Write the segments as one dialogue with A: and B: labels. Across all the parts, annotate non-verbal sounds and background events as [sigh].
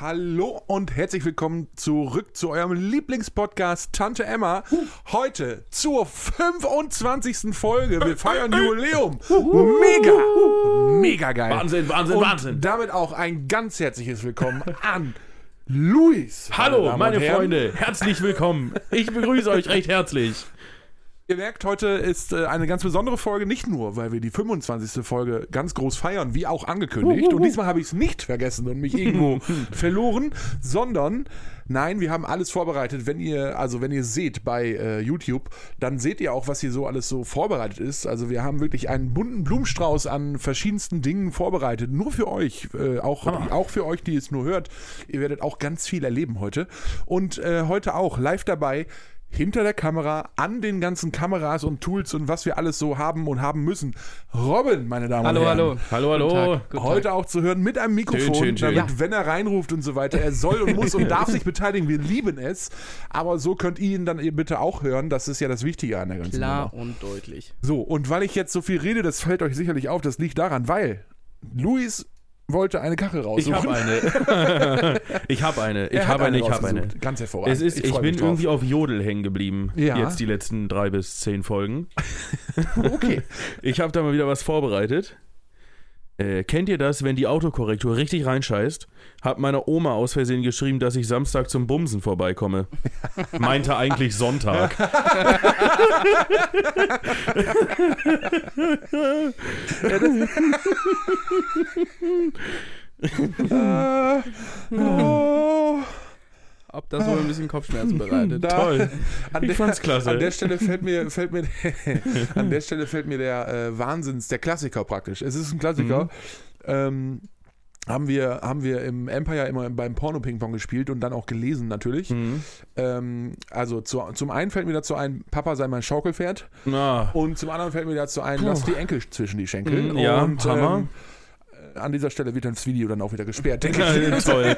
A: Hallo und herzlich willkommen zurück zu eurem Lieblingspodcast Tante Emma. Heute zur 25. Folge. Wir feiern Jubiläum. Mega, mega geil.
B: Wahnsinn, Wahnsinn,
A: und
B: Wahnsinn.
A: Damit auch ein ganz herzliches Willkommen an Luis.
B: Hallo,
A: Damen
B: meine
A: und Herren.
B: Freunde, herzlich willkommen. Ich begrüße euch recht herzlich.
A: Ihr merkt, heute ist äh, eine ganz besondere Folge, nicht nur, weil wir die 25. Folge ganz groß feiern, wie auch angekündigt. Und diesmal habe ich es nicht vergessen und mich
C: [laughs]
A: irgendwo verloren, sondern nein, wir haben alles vorbereitet. Wenn ihr, also wenn ihr seht bei äh, YouTube, dann seht ihr auch, was hier so alles so vorbereitet ist. Also wir haben wirklich einen bunten Blumenstrauß an verschiedensten Dingen vorbereitet. Nur für euch, äh, auch,
C: Ah.
A: auch für euch, die es nur hört. Ihr werdet auch ganz viel erleben heute. Und äh, heute auch live dabei hinter der Kamera, an den ganzen Kameras und Tools und was wir alles so haben und haben müssen. Robin, meine Damen und
C: Hallo,
A: Herren.
C: hallo.
B: Hallo, hallo.
C: Tag, guten
A: Heute auch zu hören mit einem Mikrofon,
B: Schön, schön, schön.
A: damit, wenn er reinruft und so weiter, er soll und muss und darf sich beteiligen. Wir lieben es. Aber so könnt ihr ihn dann eben bitte auch hören. Das ist ja das Wichtige an der ganzen
C: Klar
A: Nummer.
C: und deutlich.
A: So, und weil ich jetzt so viel rede, das fällt euch sicherlich auf. Das liegt daran, weil Luis wollte eine Kachel
B: Ich
A: raussuchen.
B: habe eine.
A: [laughs]
B: Ich habe eine. Ich
A: Er hat
B: habe eine, ich habe
A: rausgesucht.
B: eine.
A: Ganz hervorragend.
B: Es ist, ich,
A: freu mich
B: bin
A: drauf.
B: irgendwie auf Jodel hängen geblieben.
A: Ja.
B: Jetzt die letzten drei bis zehn Folgen.
A: [laughs] Okay.
B: Ich habe da mal wieder was vorbereitet. Äh, kennt ihr das, wenn die Autokorrektur richtig reinscheißt? Hab meiner Oma aus Versehen geschrieben, dass ich Samstag zum
A: [laughs]
B: Bumsen vorbeikomme. Meinte eigentlich Sonntag.
A: Äh,
B: [laughs]
A: oh.
C: Ob das wohl ein bisschen Kopfschmerzen bereitet.
A: [laughs] Da-
B: Toll.
A: An
B: Ich
A: der,
B: fand's klasse.
A: An der Stelle fällt mir, fällt mir, an der, [laughs] Stelle fällt mir der äh, Wahnsinns, der Klassiker praktisch. Es ist ein
B: Mhm.
A: Klassiker. Ähm, haben wir, haben wir im Empire immer beim Porno-Ping-Pong gespielt und dann auch gelesen natürlich.
B: Mhm.
A: Ähm, also zu, zum einen fällt mir dazu ein, Papa sei mein Schaukelpferd
B: Na,
A: und zum anderen fällt mir dazu ein, lass die Enkel zwischen die Schenkel.
B: Mhm, ja,
A: und,
B: Hammer.
A: Ähm, an dieser Stelle wird dann das Video dann auch wieder
B: [laughs]
A: gesperrt, denke ich. [laughs]
B: Äh, Toll.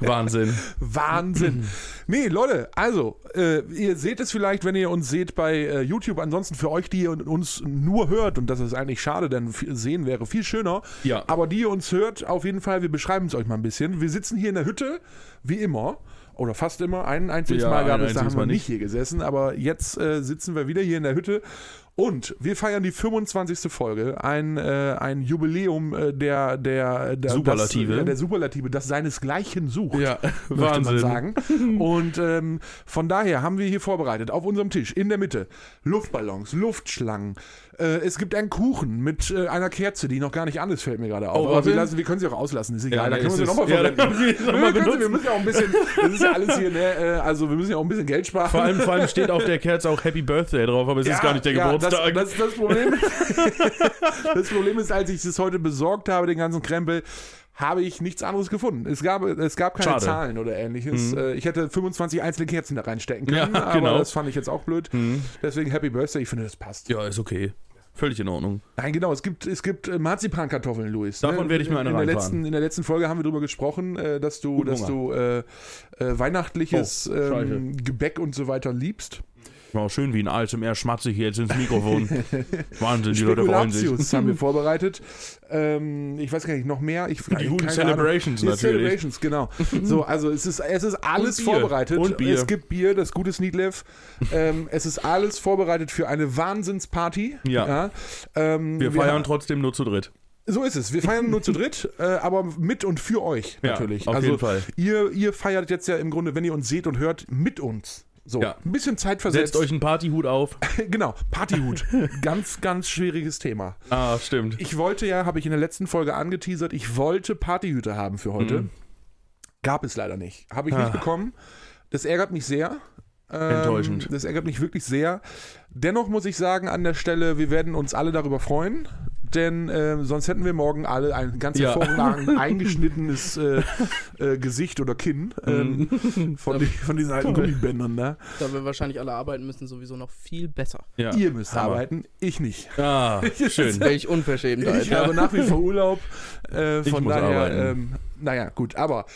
B: Wahnsinn. [clears throat]
A: Wahnsinn. Nee, Leute, also, äh, ihr seht es vielleicht, wenn ihr uns seht bei äh, YouTube. Ansonsten für euch, die ihr uns nur hört, und das ist eigentlich schade, denn viel- sehen wäre viel schöner.
B: Ja.
A: Aber die ihr uns hört, auf jeden Fall, wir beschreiben es euch mal ein bisschen. Wir sitzen hier in der Hütte, wie immer. Oder fast immer. Ein einziges
B: Ja,
A: Mal gab
B: ein
A: es, da haben
B: einziges
A: wir
B: Mal
A: nicht
B: nicht.
A: hier gesessen. Aber jetzt äh, sitzen wir wieder hier in der Hütte. Und wir feiern die 25. Folge, ein, äh, ein Jubiläum äh, der, der, der,
B: Superlative.
A: Das, der Superlative, das seinesgleichen sucht
B: Ja,
A: möchte man
B: Wahnsinn.
A: sagen.
B: [laughs]
A: Und ähm, von daher haben wir hier vorbereitet, auf unserem Tisch, in der Mitte, Luftballons, Luftschlangen. Äh, es gibt einen Kuchen mit äh, einer Kerze, die noch gar nicht an ist, fällt mir gerade auf.
B: Oh,
A: Aber wir,
B: warte.
A: lassen, wir können sie auch auslassen, ist egal.
B: Ja,
A: da
B: nee,
A: können wir
B: es
A: sie
B: ist-
A: nochmal
B: ja, da
A: verwenden.
B: können wir sie noch mal
A: wir, können sie, wir
B: benutzen.
A: müssen [laughs] ja auch ein bisschen, das ist ja alles hier, ne, äh, also wir müssen ja auch ein bisschen Geld sparen.
B: Vor allem, vor allem steht auf der Kerze auch Happy Birthday drauf, aber es ist gar nicht der Geburtstag.
A: Das, das, das, Problem, das Problem [laughs] ist, als ich das heute besorgt habe, den ganzen Krempel, habe ich nichts anderes gefunden. Es gab, es gab keine
B: Schade. Mhm.
A: Zahlen oder ähnliches. Äh, Ich hätte 25 einzelne Kerzen da reinstecken können,
B: [laughs] Ja,
A: aber
B: genau. Mhm.
A: das fand ich jetzt auch blöd. Deswegen Happy Birthday, ich finde, das passt.
B: ja, ist okay. Völlig in Ordnung.
A: Nein, genau, es gibt, es gibt äh, Marzipankartoffeln, Luis. ne?
B: Davon werde ich mir eine
A: in der,
B: reinfahren.
A: letzten, in der letzten Folge haben wir darüber gesprochen, äh, dass du,
B: Guten
A: dass du äh, äh, weihnachtliches
B: Oh,
A: ähm, Gebäck und so weiter liebst.
B: Wow, schön wie ein ASMR schmatze ich jetzt ins
A: [laughs]
B: Mikrofon. Wahnsinn, die Leute freuen sich.
A: Spekulatius haben wir vorbereitet. Ähm, ich weiß gar nicht, noch mehr. Ich,
B: Die guten
A: keine
B: Celebrations
A: Ahnung. Die
B: natürlich.
A: Celebrations, genau. So, also es ist, es ist alles
B: Und Bier.
A: vorbereitet.
B: Und Bier.
A: Es gibt Bier, das gute Sneedlev. ähm, es ist alles vorbereitet für eine Wahnsinnsparty.
B: Ja.
A: Ähm,
B: [laughs] Wir feiern trotzdem nur zu dritt.
A: So ist es. Wir feiern nur zu dritt, äh, aber mit und für euch
B: Ja,
A: natürlich.
B: auf
A: also
B: jeden Fall.
A: Ihr, ihr feiert jetzt ja im Grunde, wenn ihr uns seht und hört, mit uns. So,
B: Ja.
A: ein bisschen Zeit versetzt.
B: Setzt euch einen Partyhut auf.
A: [laughs] genau, Partyhut. ganz, ganz schwieriges Thema.
B: Ah, stimmt.
A: Ich wollte ja, habe ich in der letzten Folge angeteasert, ich wollte Partyhüte haben für heute.
B: Mhm.
A: Gab es leider nicht. Habe
B: Ah.
A: ich nicht bekommen. Das ärgert mich sehr. Ähm,
B: Enttäuschend.
A: Das ärgert mich wirklich sehr. Dennoch muss ich sagen, an der Stelle, wir werden uns alle darüber freuen. Denn ähm, sonst hätten wir morgen alle ein ganz
B: Ja.
A: hervorragend
B: [laughs]
A: eingeschnittenes äh, äh, Gesicht oder Kinn ähm,
B: Mhm.
A: von, die, von diesen alten Gummibändern. Ne?
C: [laughs] Da wir wahrscheinlich alle arbeiten müssen, sowieso noch viel besser.
B: Ja.
A: Ihr müsst
B: Hammer.
A: arbeiten, ich nicht. [laughs]
B: Ah, schön.
C: Welch Unverschämtheit.
A: Ich habe nach wie vor Urlaub. Äh,
B: Ich
A: von
B: muss
A: daher,
B: arbeiten.
A: ähm, naja, gut. Aber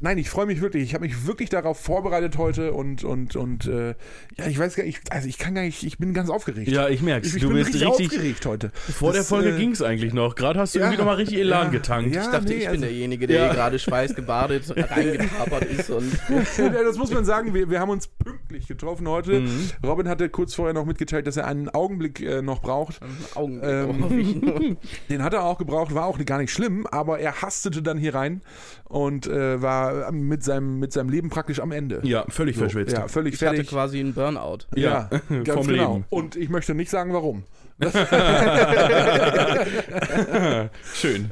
A: nein, ich freue mich wirklich. Ich habe mich wirklich darauf vorbereitet heute und und und äh, ja, ich weiß gar nicht, ich, also ich kann gar nicht, ich bin ganz aufgeregt.
B: Ja, ich merk's.
A: ich, ich
B: du
A: bin
B: bist
A: richtig,
B: richtig.
A: aufgeregt heute.
B: Vor der
A: Das,
B: Folge
A: äh,
B: ging's eigentlich noch. Gerade hast du
A: Ja.
B: irgendwie nochmal richtig Elan
A: Ja.
B: getankt.
A: Ja.
C: Ich dachte,
A: nee,
C: ich bin
A: also-
C: derjenige, der
B: Ja.
C: hier gerade schweißgebadet reingepapert ist und
A: [laughs] Ja, das muss man sagen, wir, wir haben uns pünktlich getroffen heute.
B: Mhm.
A: Robin hatte kurz vorher noch mitgeteilt, dass er einen Augenblick äh, noch braucht.
C: Augen.
A: Ähm.
C: hoffe ich nur.
A: Den hat er auch gebraucht, war auch gar nicht schlimm, aber er hastete dann hier rein und äh, war mit seinem, mit seinem Leben praktisch am Ende.
B: Ja, völlig
A: So,
B: verschwitzt.
A: Ja, völlig
C: Ich hatte
A: fertig.
C: quasi einen Burnout.
A: Ja, [laughs] ganz
B: vom
A: genau.
B: Leben.
A: Und ich möchte nicht sagen,
B: [laughs]
A: warum.
B: Schön.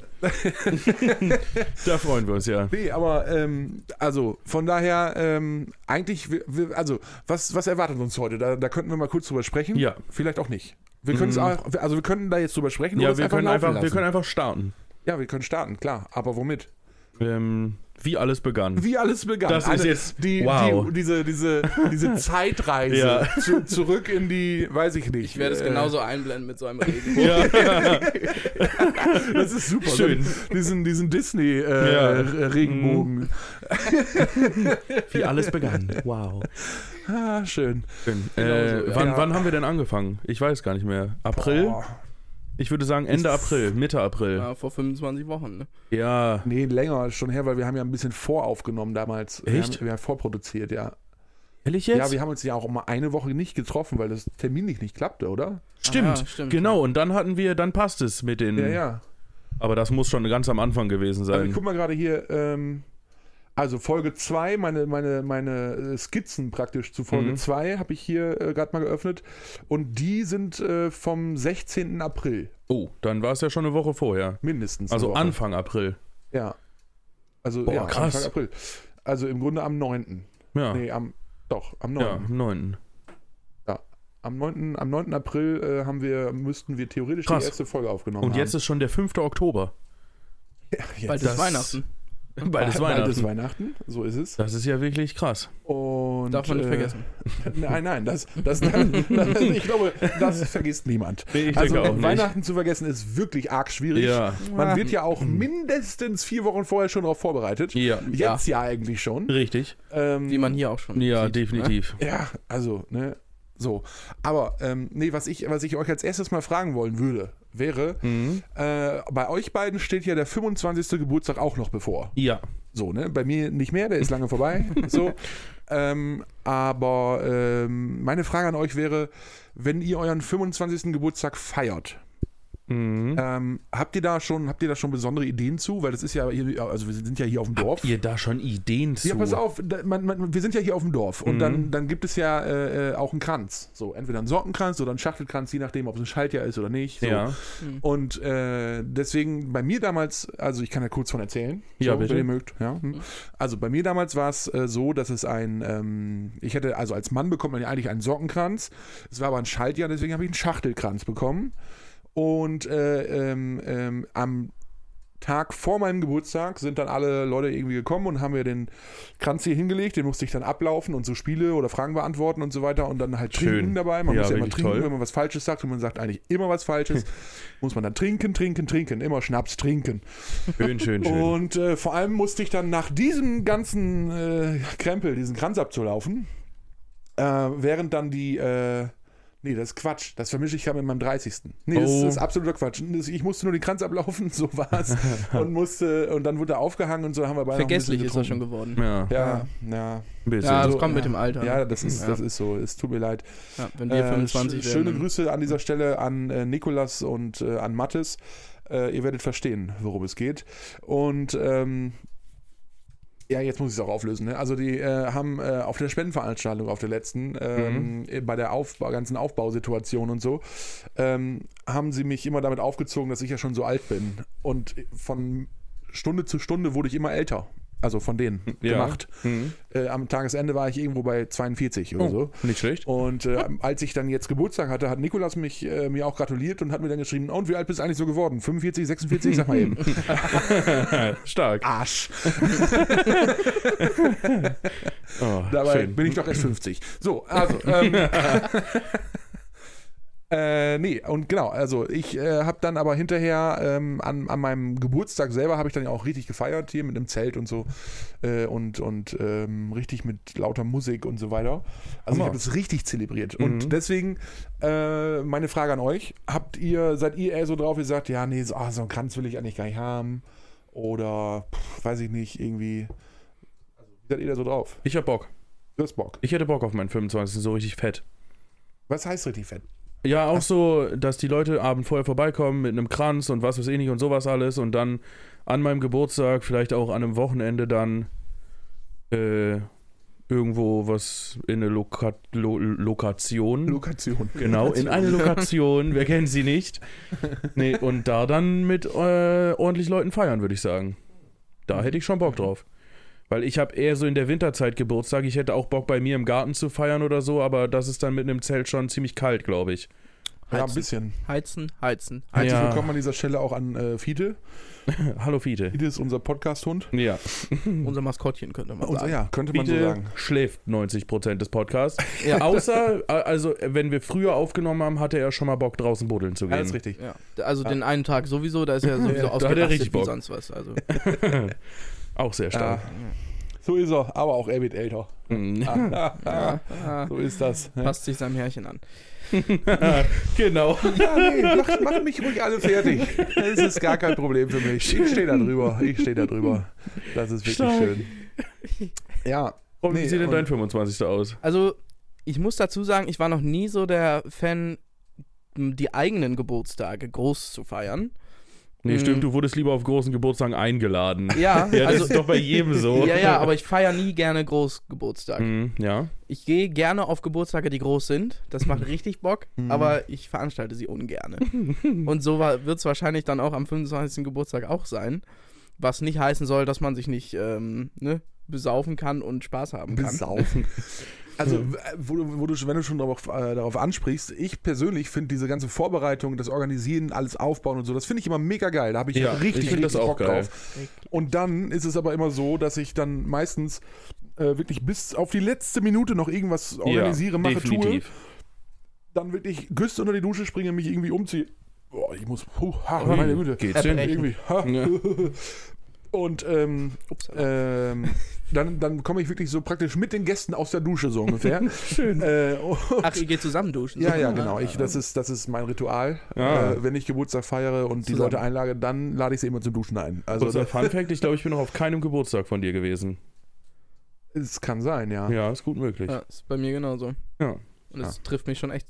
B: da freuen wir uns, ja.
A: Nee, aber ähm, also von daher, ähm, eigentlich, wir, wir, also was, was erwartet uns heute? Da, da könnten wir mal kurz drüber sprechen.
B: Ja. Mhm.
A: Vielleicht auch nicht. Wir können es auch, also wir können da jetzt drüber sprechen. oder
B: Ja,
A: es
B: wir können,
A: laufen
B: einfach, wir
A: lassen.
B: können einfach starten.
A: ja, wir können starten, klar. Aber womit?
B: Ähm, wie alles begann.
A: Wie alles begann.
B: Das ist jetzt-
A: die,
B: wow.
A: die, diese, diese,
B: [laughs]
A: diese Zeitreise
B: Ja.
A: zu, zurück in die, weiß ich nicht.
C: Ich werde es
A: äh,
C: genauso einblenden mit so einem Regenbogen.
B: Ja.
A: [laughs] äh, Das ist super.
B: Schön.
A: Diesen, diesen äh,
B: Ja. Mhm.
A: Disney-Regenbogen.
B: wie alles begann. Wow.
A: ah, schön.
B: Schön.
C: Genau
B: Äh,
C: so, ja.
B: wann,
A: Ja.
B: wann haben wir denn angefangen? Ich weiß gar nicht mehr. April?
A: Boah.
B: Ich würde sagen Ende April, Mitte April.
C: Ja, vor 25 Wochen. Ne?
B: Ja.
A: Nee, länger ist schon her, weil wir haben ja ein bisschen voraufgenommen damals. Wir
B: Echt?
A: haben, wir haben vorproduziert, ja.
B: Ehrlich
A: Ja,
B: jetzt?
A: wir haben uns ja auch mal eine Woche nicht getroffen, weil das terminlich nicht klappte, oder?
B: stimmt.
C: Ah, stimmt.
B: Genau, und dann hatten wir, dann passt es mit den.
A: Ja, ja.
B: Aber das muss schon ganz am Anfang gewesen
A: Also ich
B: sein.
A: guck mal gerade hier, ähm, also Folge 2, meine, meine, meine äh, Skizzen praktisch zu Folge
B: Mhm.
A: 2 habe ich hier äh, gerade mal geöffnet. Und die sind äh, vom 16. April
B: Oh, dann war es ja schon eine Woche vorher.
A: mindestens.
B: Also
A: eine Woche.
B: Anfang April.
A: Ja. Also
B: Boah,
A: ja,
B: krass.
A: Anfang April. Also im Grunde am 9.
B: Ja.
A: Nee, am doch, am 9.
B: ja, am 9.
A: Am 9. Am 9. April äh, haben wir, müssten wir theoretisch
B: Krass.
A: die erste Folge aufgenommen
B: Und
A: [laughs]
B: jetzt
A: haben.
B: ist schon der 5. Oktober.
A: jetzt
C: Bald
B: Das-
C: ist Weihnachten.
B: [laughs] Ah, Bald
A: [laughs]
B: ist
A: Bald ist
B: Weihnachten.
A: Weihnachten, so ist es.
B: Das ist ja wirklich krass.
A: Und,
C: Darf man nicht
A: äh,
C: vergessen.
A: [laughs] Nein, nein, das, das, [laughs] das, ich glaube, das vergisst niemand.
B: Nee, ich
A: also
B: denke auch nicht.
A: Weihnachten zu vergessen ist wirklich arg schwierig.
B: Ja. Mhm.
A: Man wird ja auch mindestens vier Wochen vorher schon darauf vorbereitet.
B: Ja.
A: Jetzt ja, eigentlich schon.
B: Richtig. ne?
A: Ähm,
C: Wie man hier auch schon
B: Ja,
C: sieht,
B: definitiv.
A: Ja, also, ne, so. Aber, ähm, nee, was ich, was ich euch als erstes mal fragen wollen würde, wäre,
B: Mhm.
A: äh, bei euch beiden steht ja der 25. Geburtstag auch noch bevor.
B: Ja.
A: So, ne, bei mir nicht mehr, der ist lange vorbei, so. Ähm, aber ähm, meine Frage an euch wäre, wenn ihr euren 25. Geburtstag feiert,
B: Mhm.
A: ähm, habt ihr da schon, habt ihr da schon besondere Ideen zu? Weil das ist ja, hier, also wir sind ja hier auf dem Dorf.
B: Habt ihr da schon Ideen zu?
A: Ja, pass auf, da, man, man, wir sind ja hier auf dem Dorf und
B: Mhm.
A: dann, dann gibt es ja äh, äh, auch einen Kranz. So, entweder einen Sortenkranz oder einen Schachtelkranz, je nachdem, ob es ein Schaltjahr ist oder nicht. So.
B: Ja.
A: Und äh, deswegen bei mir damals, also ich kann ja kurz von erzählen,
B: Ja,
A: so,
B: bitte.
A: wenn ihr mögt. Ja. hm. Also bei mir damals war es äh, so, dass es ein, ähm, ich hätte, also als Mann bekommt man ja eigentlich einen Sockenkranz, es war aber ein Schaltjahr, deswegen habe ich einen Schachtelkranz bekommen. Und äh, ähm, ähm, am Tag vor meinem Geburtstag sind dann alle Leute irgendwie gekommen und haben mir den Kranz hier hingelegt, den musste ich dann ablaufen und so Spiele oder Fragen beantworten und so weiter und dann halt
B: Schön.
A: trinken dabei. Man
B: Ja,
A: muss ja immer
B: wirklich
A: trinken,
B: toll.
A: wenn man was Falsches sagt und man sagt eigentlich immer was
B: [laughs]
A: Falsches, muss man dann trinken, trinken, trinken, immer Schnaps trinken.
B: Schön, schön, schön.
A: Und äh, vor allem musste ich dann nach diesem ganzen äh, Krempel, diesen Kranz abzulaufen, äh, während dann die. Äh, Nee, das ist Quatsch. Das vermische ich gerade mit meinem 30. Nee, das, ist-
B: Oh.
A: das ist absoluter Quatsch. Das- Ich musste nur den Kranz ablaufen, [laughs] so
C: [laughs]
A: war's. und musste, und dann wurde er aufgehangen und so haben wir beide noch ein bisschen
C: Vergesslich ist er schon
A: getrunken.
C: geworden.
B: ja,
A: Ja, ja.
B: ein bisschen. Also,
C: Ja, das
A: so,
C: kommt
A: ja.
C: mit dem Alter.
A: Ja, das ist,
C: Ja.
A: das ist so. Es tut mir leid.
C: Ja, wenn wir
A: Äh,
C: 25
A: sch
C: werden.
A: schöne
C: dann-
A: Grüße an dieser Stelle an äh, Nikolas und äh, an Mattes. Äh, ihr werdet verstehen, worum es geht. Und ähm, ja, jetzt muss ich es auch auflösen. Ne? Also die äh, haben äh, auf der Spendenveranstaltung, auf der letzten, ähm,
C: Mhm.
A: bei der Aufbau, ganzen Aufbausituation und so, ähm, haben sie mich immer damit aufgezogen, dass ich ja schon so alt bin. Und von Stunde zu Stunde wurde ich immer älter. Also von denen
B: Ja.
A: gemacht.
B: Mhm.
A: Äh, am Tagesende war ich irgendwo bei 42
C: Oh.
A: oder so.
B: also, Nicht
A: [laughs]
B: schlecht. [laughs]
A: Und äh, als ich dann jetzt Geburtstag hatte, hat Nikolas mich äh, mir auch gratuliert und hat mir dann geschrieben, "Oh, und wie alt bist du eigentlich so geworden? 45, 46, sag mal eben.
B: Stark.
A: Arsch.
B: Oh,
A: Dabei
B: schön. Oh,
A: bin ich doch erst 50. So, also. Ähm, Äh, nee, und genau, also ich äh, habe dann aber hinterher ähm, an, an meinem Geburtstag selber habe ich dann ja auch richtig gefeiert hier mit einem Zelt und so äh, und, und ähm, richtig mit lauter Musik und so weiter. Also ich
B: Hammer.
A: habe das richtig zelebriert. Und deswegen äh, meine Frage an euch, habt ihr, seid ihr eher so drauf, ihr sagt, ja, nee, so, ah, so einen Kranz will ich eigentlich gar nicht haben oder pff, weiß ich nicht, irgendwie, wie seid ihr da so drauf?
B: Ich hab Bock.
A: Du hast Bock.
B: Ich hätte Bock auf meinen 25. so richtig fett.
A: Was heißt richtig fett?
B: Ja, auch so, dass die Leute abend vorher vorbeikommen mit einem Kranz und was weiß ich nicht und sowas alles und dann an meinem Geburtstag, vielleicht auch an einem Wochenende dann äh, irgendwo was in eine Loka Lo Lokation.
A: Lokation.
B: genau, in eine Lokation, wer kennt sie nicht? Nee, und da dann mit äh, ordentlich Leuten feiern, würde ich sagen. Da hätte ich schon Bock drauf. Weil ich habe eher so in der Winterzeit Geburtstag. Ich hätte auch Bock, bei mir im Garten zu feiern oder so, aber das ist dann mit einem Zelt schon ziemlich kalt, glaube ich.
A: Ja, ein
C: Heizen.
A: bisschen.
C: Heizen, heizen.
A: Herzlich
B: Ja.
A: willkommen an dieser Stelle auch an äh, Fiete.
B: Hallo Fiete.
A: Fiete ist unser Podcast-Hund.
B: Ja.
C: Unser Maskottchen könnte man
A: Unser-
C: sagen.
A: Ja, könnte man so
B: Fiete
A: sagen.
B: schläft 90% des [laughs] Podcasts. Außer, äh, also, wenn wir früher aufgenommen haben, hatte er schon mal Bock, draußen buddeln zu gehen.
A: Alles richtig.
C: Ja. Also den einen Tag sowieso, da ist er sowieso
B: Ja, da hat er richtig
C: ausgerastet wie
B: Bock.
C: sonst was. Also
B: [laughs] Auch sehr stark.
A: Ah, So ist er, aber auch er wird [laughs] älter. Ah,
B: Mhm.
C: ja, ja,
A: So ist das. Ja,
C: passt sich seinem Herrchen an. [laughs]
B: genau.
A: nee, mach, mach mich ruhig alle fertig. Das ist gar kein Problem für mich. Ich stehe da drüber. Ich stehe da drüber. Das ist wirklich
B: Stark.
A: schön. Ja.
B: Und wie
A: Nee,
B: sieht denn
A: und-
B: dein 25. aus?
C: Also ich muss dazu sagen, ich war noch nie so der Fan, m, die eigenen Geburtstage groß zu feiern.
B: Nee,
C: Mhm.
B: stimmt, du wurdest lieber auf großen Geburtstagen [laughs] eingeladen. Ja,
C: Ja,
B: das
C: also
B: ist doch bei jedem [laughs] so.
C: ja, ja, aber ich feiere nie gerne Großgeburtstag.
B: Mhm, ja.
C: Ich gehe gerne auf Geburtstage, die groß sind.
A: [clears throat]
C: Das macht richtig Bock,
A: Mhm.
C: aber ich veranstalte sie
A: [laughs]
C: ungerne. Und so wird es wahrscheinlich dann auch am 25. Geburtstag auch sein. Was nicht heißen soll, dass man sich nicht ähm, ne, besaufen kann und Spaß haben kann.
A: Besaufen. Also,
B: Hm.
A: w- wo, du- wo du, schon- wenn du schon darauf, äh, darauf ansprichst, ich persönlich finde diese ganze Vorbereitung, das Organisieren, alles aufbauen und so, das finde ich immer mega geil. Da habe ich
B: Ja,
A: richtig,
B: ich finde
A: richtig
B: das auch
A: Bock
B: geil.
A: drauf. Und dann ist es aber immer so, dass ich dann meistens äh, wirklich bis auf die letzte Minute noch irgendwas organisiere,
B: ja,
A: mache, tue.
B: definitiv.
A: Dann wirklich güst unter die Dusche springe, mich irgendwie umziehe. Boah, ich muss. Puh, ha,
B: Ui,
A: Oh, meine Güte.
B: Geht's
C: Erbrechen.
B: denn?
A: Irgendwie. Ha.
B: Ja.
A: [laughs] Und ähm,
C: Ups.
A: ähm, dann, dann komme ich wirklich so praktisch mit den Gästen aus der Dusche so ungefähr.
C: [laughs]
A: Schön. Äh, und-
C: Ach, ihr geht zusammen duschen.
A: ja, ja, genau. Ich, das, ist, das ist mein Ritual.
B: Ah.
A: Äh, wenn ich Geburtstag feiere und die
C: Zusammen.
A: Leute einlade, dann lade ich sie immer zum Duschen ein. Also
B: Kurzer
A: das,
B: Fun Fact, ich glaube, ich bin noch auf keinem Geburtstag von dir gewesen.
A: es kann sein, Ah. ja.
B: Ja, ist gut möglich.
C: Ja, ist bei mir genauso.
B: Ja.
C: Und es trifft mich schon echt.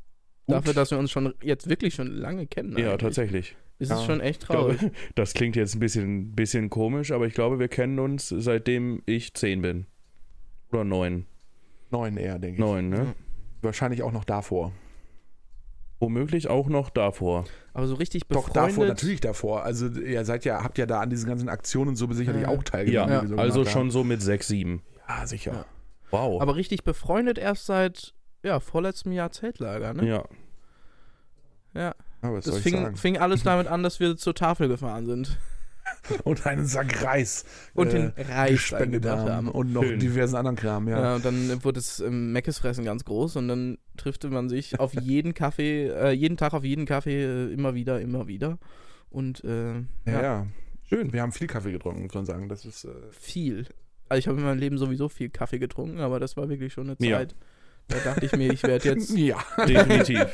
A: Gut.
C: Dafür, dass wir uns schon jetzt wirklich schon lange kennen.
B: Ja,
C: eigentlich.
B: tatsächlich.
C: Ist
A: Ja.
C: es schon echt
B: Ich glaube,
C: traurig.
B: das klingt jetzt ein bisschen, bisschen komisch, aber ich glaube, wir kennen uns seitdem ich zehn bin. Oder neun.
A: Neun eher, denke ich.
B: Neun, ne?
A: Wahrscheinlich auch noch davor.
B: Womöglich auch noch davor.
C: Aber so richtig
A: Doch
C: befreundet.
A: davor, natürlich davor. Also ihr seid ja, habt ja da an diesen ganzen Aktionen so sicherlich
C: Ja.
A: auch teilgenommen.
B: Ja,
A: die wir so
B: also
A: gemacht haben.
B: schon so mit sechs, sieben.
A: Ja, sicher.
C: Ja.
B: Wow.
C: Aber richtig befreundet erst seit ja, vorletztem Jahr Zeltlager, ne?
B: ja.
C: Ja.
A: Aber was
C: Das
A: soll ich
C: fing,
A: sagen?
C: [laughs]
A: [laughs]
C: fing alles damit an, dass wir zur Tafel gefahren sind.
A: Und einen Sack Reis.
C: Und
A: äh,
C: den Reis
A: gespendet
C: eingebracht
A: haben.
C: haben.
A: Und noch
B: Schön.
A: diversen anderen Kram, ja.
C: Ja, und dann wurde es im Meckesfressen ganz groß und dann triffte man sich
A: [laughs]
C: auf jeden Kaffee, äh, jeden Tag auf jeden Kaffee äh, immer wieder, immer wieder. Und äh, ja,
A: Ja, ja. Schön, wir haben viel Kaffee getrunken, muss man sagen. Das ist, äh,
C: viel. Also ich habe in meinem Leben sowieso viel Kaffee getrunken, aber das war wirklich schon eine
B: Ja.
C: Zeit. Da dachte ich mir,
A: [laughs]
C: ich werde jetzt.
A: ja. [laughs]
B: Definitiv.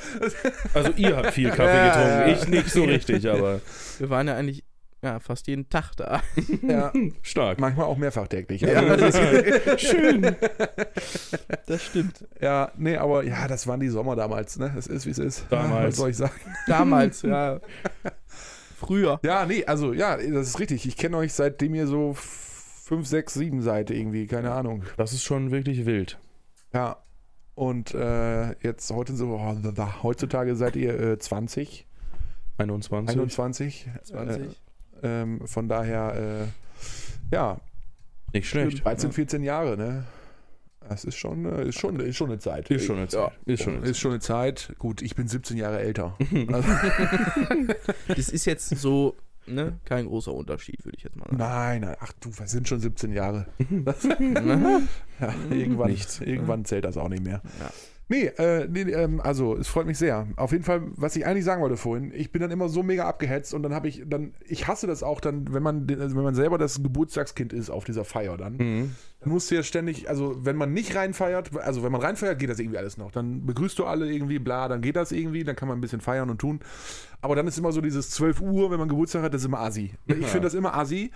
B: Also ihr habt viel Kaffee
A: Ja, ja, [laughs]
B: getrunken.
A: ja.
B: Ich nicht so richtig, aber
C: Wir waren ja eigentlich ja, fast jeden Tag da.
A: ja.
B: stark.
A: Manchmal auch mehrfach täglich. Also,
B: Ja,
A: ja. Das [laughs] ist,
B: Schön.
C: Das stimmt.
A: ja, nee, aber ja, das waren die Sommer damals, ne? Es ist, wie es ist.
B: Damals.
A: Was soll ich sagen?
C: Damals,
A: [laughs]
C: ja. Früher.
A: Ja, nee, also ja, das ist richtig. Ich kenne euch seitdem ihr so f- fünf, sechs, sieben seid irgendwie, keine Ahnung.
B: Das ist schon wirklich wild.
A: Ja. Und äh, jetzt heute so, oh, heutzutage seid ihr äh, 20,
B: 21.
A: 21.
C: 20.
A: Äh, ähm, von daher, äh, ja,
B: Nicht schlecht.
A: 13, 14 Jahre, ne? Das ist schon, äh, ist schon, ist schon eine Zeit.
B: Ist schon eine Zeit. Ist schon eine
A: Ist schon eine Zeit. Gut, ich bin 17 Jahre
B: [laughs]
A: älter. Also,
C: Das ist jetzt so, ne, kein großer Unterschied, würde ich jetzt mal sagen.
A: nein, nein, ach du, wir sind schon
B: [laughs]
A: 17 Jahre. [laughs]
C: Ne?
A: Ja, irgendwann,
B: Nichts.
A: irgendwann zählt das auch nicht mehr.
C: Ja.
A: Nee, äh, nee ähm, also es freut mich sehr. Auf jeden Fall, was ich eigentlich sagen wollte vorhin, ich bin dann immer so mega abgehetzt und dann habe ich dann, ich hasse das auch dann, wenn man, den- also wenn man selber das Geburtstagskind ist auf dieser Feier dann, dann musst du ja ständig, also wenn man nicht reinfeiert, also wenn man reinfeiert, geht das irgendwie alles noch. Dann begrüßt du alle irgendwie, bla, dann geht das irgendwie, dann kann man ein bisschen feiern und tun. Aber dann ist immer so dieses 12 Uhr, wenn man Geburtstag hat, das ist immer assi. Ich finde das immer assi.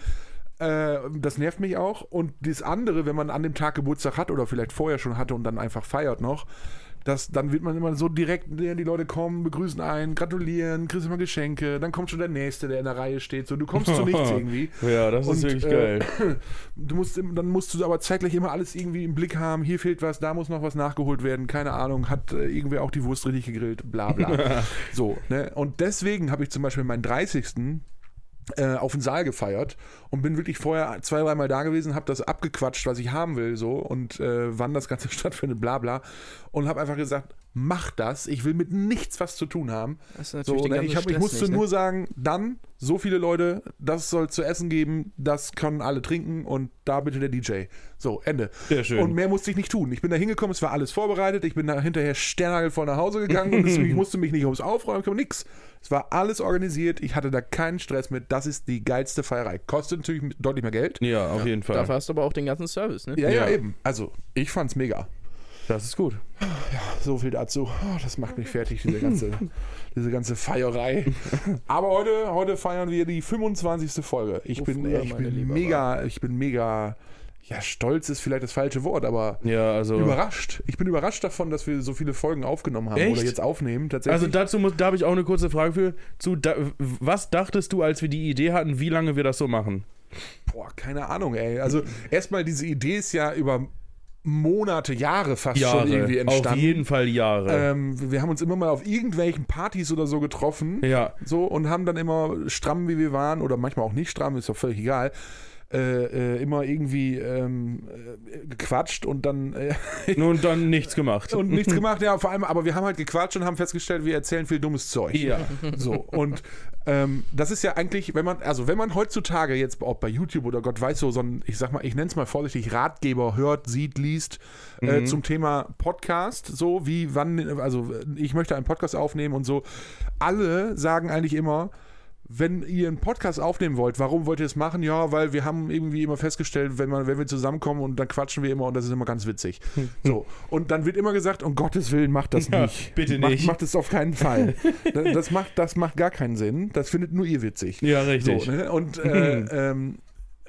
A: Äh, das nervt mich auch. Und das andere, wenn man an dem Tag Geburtstag hat oder vielleicht vorher schon hatte und dann einfach feiert noch, das, dann wird man immer so direkt, ja, die Leute kommen, begrüßen einen, gratulieren, kriegst immer Geschenke, dann kommt schon der Nächste, der in der Reihe steht. So, du kommst zu
B: [laughs]
A: nichts irgendwie.
B: Ja, das
A: Und,
B: ist wirklich
A: äh,
B: geil.
A: [clears throat] Du musst, im- dann musst du aber zeitgleich immer alles irgendwie im Blick haben. Hier fehlt was, da muss noch was nachgeholt werden. Keine Ahnung, hat äh, irgendwer auch die Wurst richtig gegrillt, bla
B: [laughs]
A: bla. so, ne? Und deswegen habe ich zum Beispiel meinen 30 äh, auf den Saal gefeiert und bin wirklich vorher zwei, dreimal da gewesen, habe das abgequatscht, was ich haben will, so und äh, wann das Ganze [laughs] stattfindet, bla bla. Und habe einfach gesagt, mach das, ich will mit nichts was zu tun haben.
C: Das ist
A: So,
C: natürlich den
A: ne?
C: ganzen
A: ich, hab, ich
C: Stress
A: musste
C: nicht, ne?
A: nur sagen, dann so viele Leute, das soll zu essen geben, das können alle trinken und da bitte der DJ. So, Ende.
B: Sehr schön.
A: Und mehr musste ich nicht tun. Ich bin da hingekommen, es war alles vorbereitet, ich bin da hinterher sternhagelvoll nach Hause gegangen und es,
B: [laughs]
A: ich musste mich nicht ums Aufräumen kümmern, nix. Es war alles organisiert, ich hatte da keinen Stress mit, das ist die geilste Feierei. Kostet natürlich deutlich mehr Geld.
B: Ja, auf jeden Fall.
C: Dafür hast du aber auch den ganzen Service, ne?
A: Ja, ja,
B: Ja.
A: eben. Also, ich fand's mega.
B: Das ist gut.
A: So viel dazu. Oh, das macht
B: Mhm.
A: mich fertig, diese
B: [laughs]
A: ganze, diese ganze Feierei. Aber heute, heute feiern wir die 25. Folge. Ich
C: Wo
A: bin,
C: früher
A: ich
C: meine
A: bin
C: Liebe
A: mega, ich bin mega, ja, stolz ist vielleicht das falsche Wort, aber
B: Ja, also.
A: überrascht. Ich bin überrascht davon, dass wir so viele Folgen aufgenommen haben
B: Echt?
A: oder jetzt aufnehmen. Tatsächlich.
B: Also dazu muss, da habe ich auch eine kurze Frage für. Zu, da, was dachtest du, als wir die Idee hatten, wie lange wir das so machen?
A: Boah, keine Ahnung, ey. Also erstmal, diese Idee ist ja über Monate, Jahre fast schon irgendwie
B: auf
A: entstanden.
B: jeden Fall Jahre.
A: ähm, wir haben uns immer mal auf irgendwelchen Partys oder so getroffen. [laughs]
B: ja,
A: So, und haben dann immer stramm, wie wir waren, oder manchmal auch nicht stramm, ist doch völlig egal, äh, äh, immer irgendwie ähm, äh, gequatscht und dann äh,
B: und dann nichts
A: [laughs]
B: gemacht.
A: und nichts gemacht. Ja, vor allem, aber wir haben halt gequatscht und haben festgestellt, wir erzählen viel dummes Zeug.
B: ja.
A: So, und ähm, das ist ja eigentlich, wenn man, also wenn man heutzutage jetzt auch bei YouTube oder Gott weiß so, so ein, ich sag mal, ich nenne es mal vorsichtig, Ratgeber hört, sieht, liest
B: Mhm.
A: äh, zum Thema Podcast, so wie wann, also ich möchte einen Podcast aufnehmen und so, alle sagen eigentlich immer, wenn ihr einen Podcast aufnehmen wollt, warum wollt ihr es machen? Ja, weil wir haben irgendwie immer festgestellt, wenn, man, wenn wir zusammenkommen und dann quatschen wir immer und das ist immer ganz witzig. So. Und dann wird immer gesagt, um Gottes Willen, macht das
B: Hm. Ja,
A: nicht.
B: bitte
A: macht,
B: nicht.
A: Macht es auf keinen
C: [laughs]
A: Fall. das, das, macht, das macht gar keinen Sinn. Das findet nur ihr witzig.
B: Ja, richtig.
A: So, ne? Und
C: Mhm.
A: äh, ähm,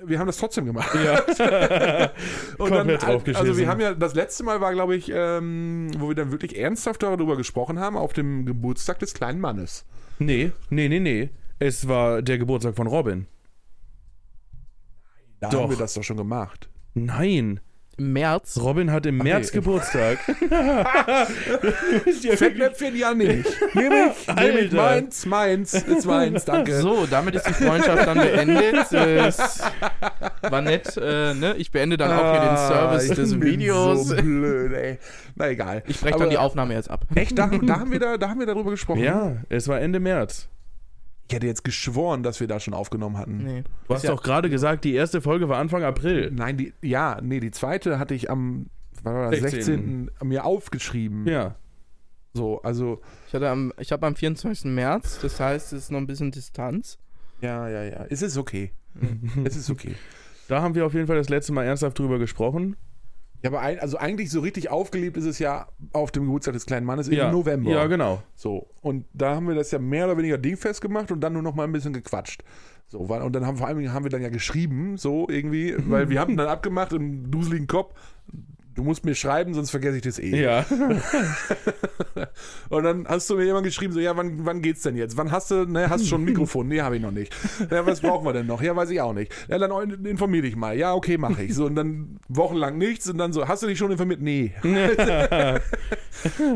A: wir haben das trotzdem gemacht. [laughs]
B: Ja.
A: Und
B: Komplett draufgeschissen.
A: also wir haben ja, das letzte Mal war, glaube ich, ähm, wo wir dann wirklich ernsthaft darüber gesprochen haben, auf dem Geburtstag des kleinen Mannes.
B: Nee, nee, nee, nee. Es war der Geburtstag von Robin.
A: Da
B: Doch.
A: haben wir das doch schon gemacht.
C: [laughs]
B: Nein.
C: Im März.
B: Robin hat im März Geburtstag.
A: [laughs] Fettnäpfchen ja
C: [laughs]
A: nicht. Nehme [laughs] ich, nehm ich
B: Alter.
A: meins, meins, ist meins, danke.
C: So, damit ist die Freundschaft dann beendet. Es war nett, äh, ne? Ich beende dann auch hier den Service
A: Ah, ich
C: des
A: bin
C: Videos.
A: So blöd, ey. Na egal.
C: Ich breche
A: Aber
C: dann die Aufnahme jetzt ab.
A: Echt, da, da, haben wir da, da haben wir darüber gesprochen.
B: ja, es war Ende März.
A: Ich hätte jetzt geschworen, dass wir da schon aufgenommen hatten.
C: Nee.
B: Du hast
C: ja-
B: doch gerade gesagt, die erste Folge war Anfang April.
A: Nein, die, ja, nee, die zweite hatte ich am was war das,
B: 16.
A: 16. mir aufgeschrieben.
B: Ja.
A: So, also,
C: Ich, hatte am, ich habe am 24. März, das heißt, es ist noch ein bisschen Distanz.
A: ja, ja, ja. Es ist
B: [laughs]
A: okay. es ist okay.
B: Da haben wir auf jeden Fall das letzte Mal ernsthaft drüber gesprochen.
A: Ja, aber ein, also eigentlich so richtig aufgelebt ist es ja auf dem Geburtstag des kleinen Mannes
B: ja.
A: im November.
B: Ja, genau.
A: So, und da haben wir das ja mehr oder weniger dingfest gemacht und dann nur noch mal ein bisschen gequatscht. So, war- und dann haben vor allem haben wir dann ja geschrieben, so irgendwie, weil wir haben
B: [laughs]
A: dann abgemacht im duseligen Kopf, du musst mir schreiben, sonst vergesse ich das eh.
B: Ja. [laughs]
A: Und dann hast du mir immer geschrieben, so, ja, wann, wann geht's denn jetzt? Wann hast du, ne, hast du schon ein Mikrofon? Nee, habe ich noch nicht. Ja, was brauchen wir denn noch? Ja, weiß ich auch nicht. Ja, dann informier dich mal. Ja, okay, mache ich. So, und dann wochenlang nichts und dann so, hast du dich schon informiert?
B: [laughs]
A: Nee.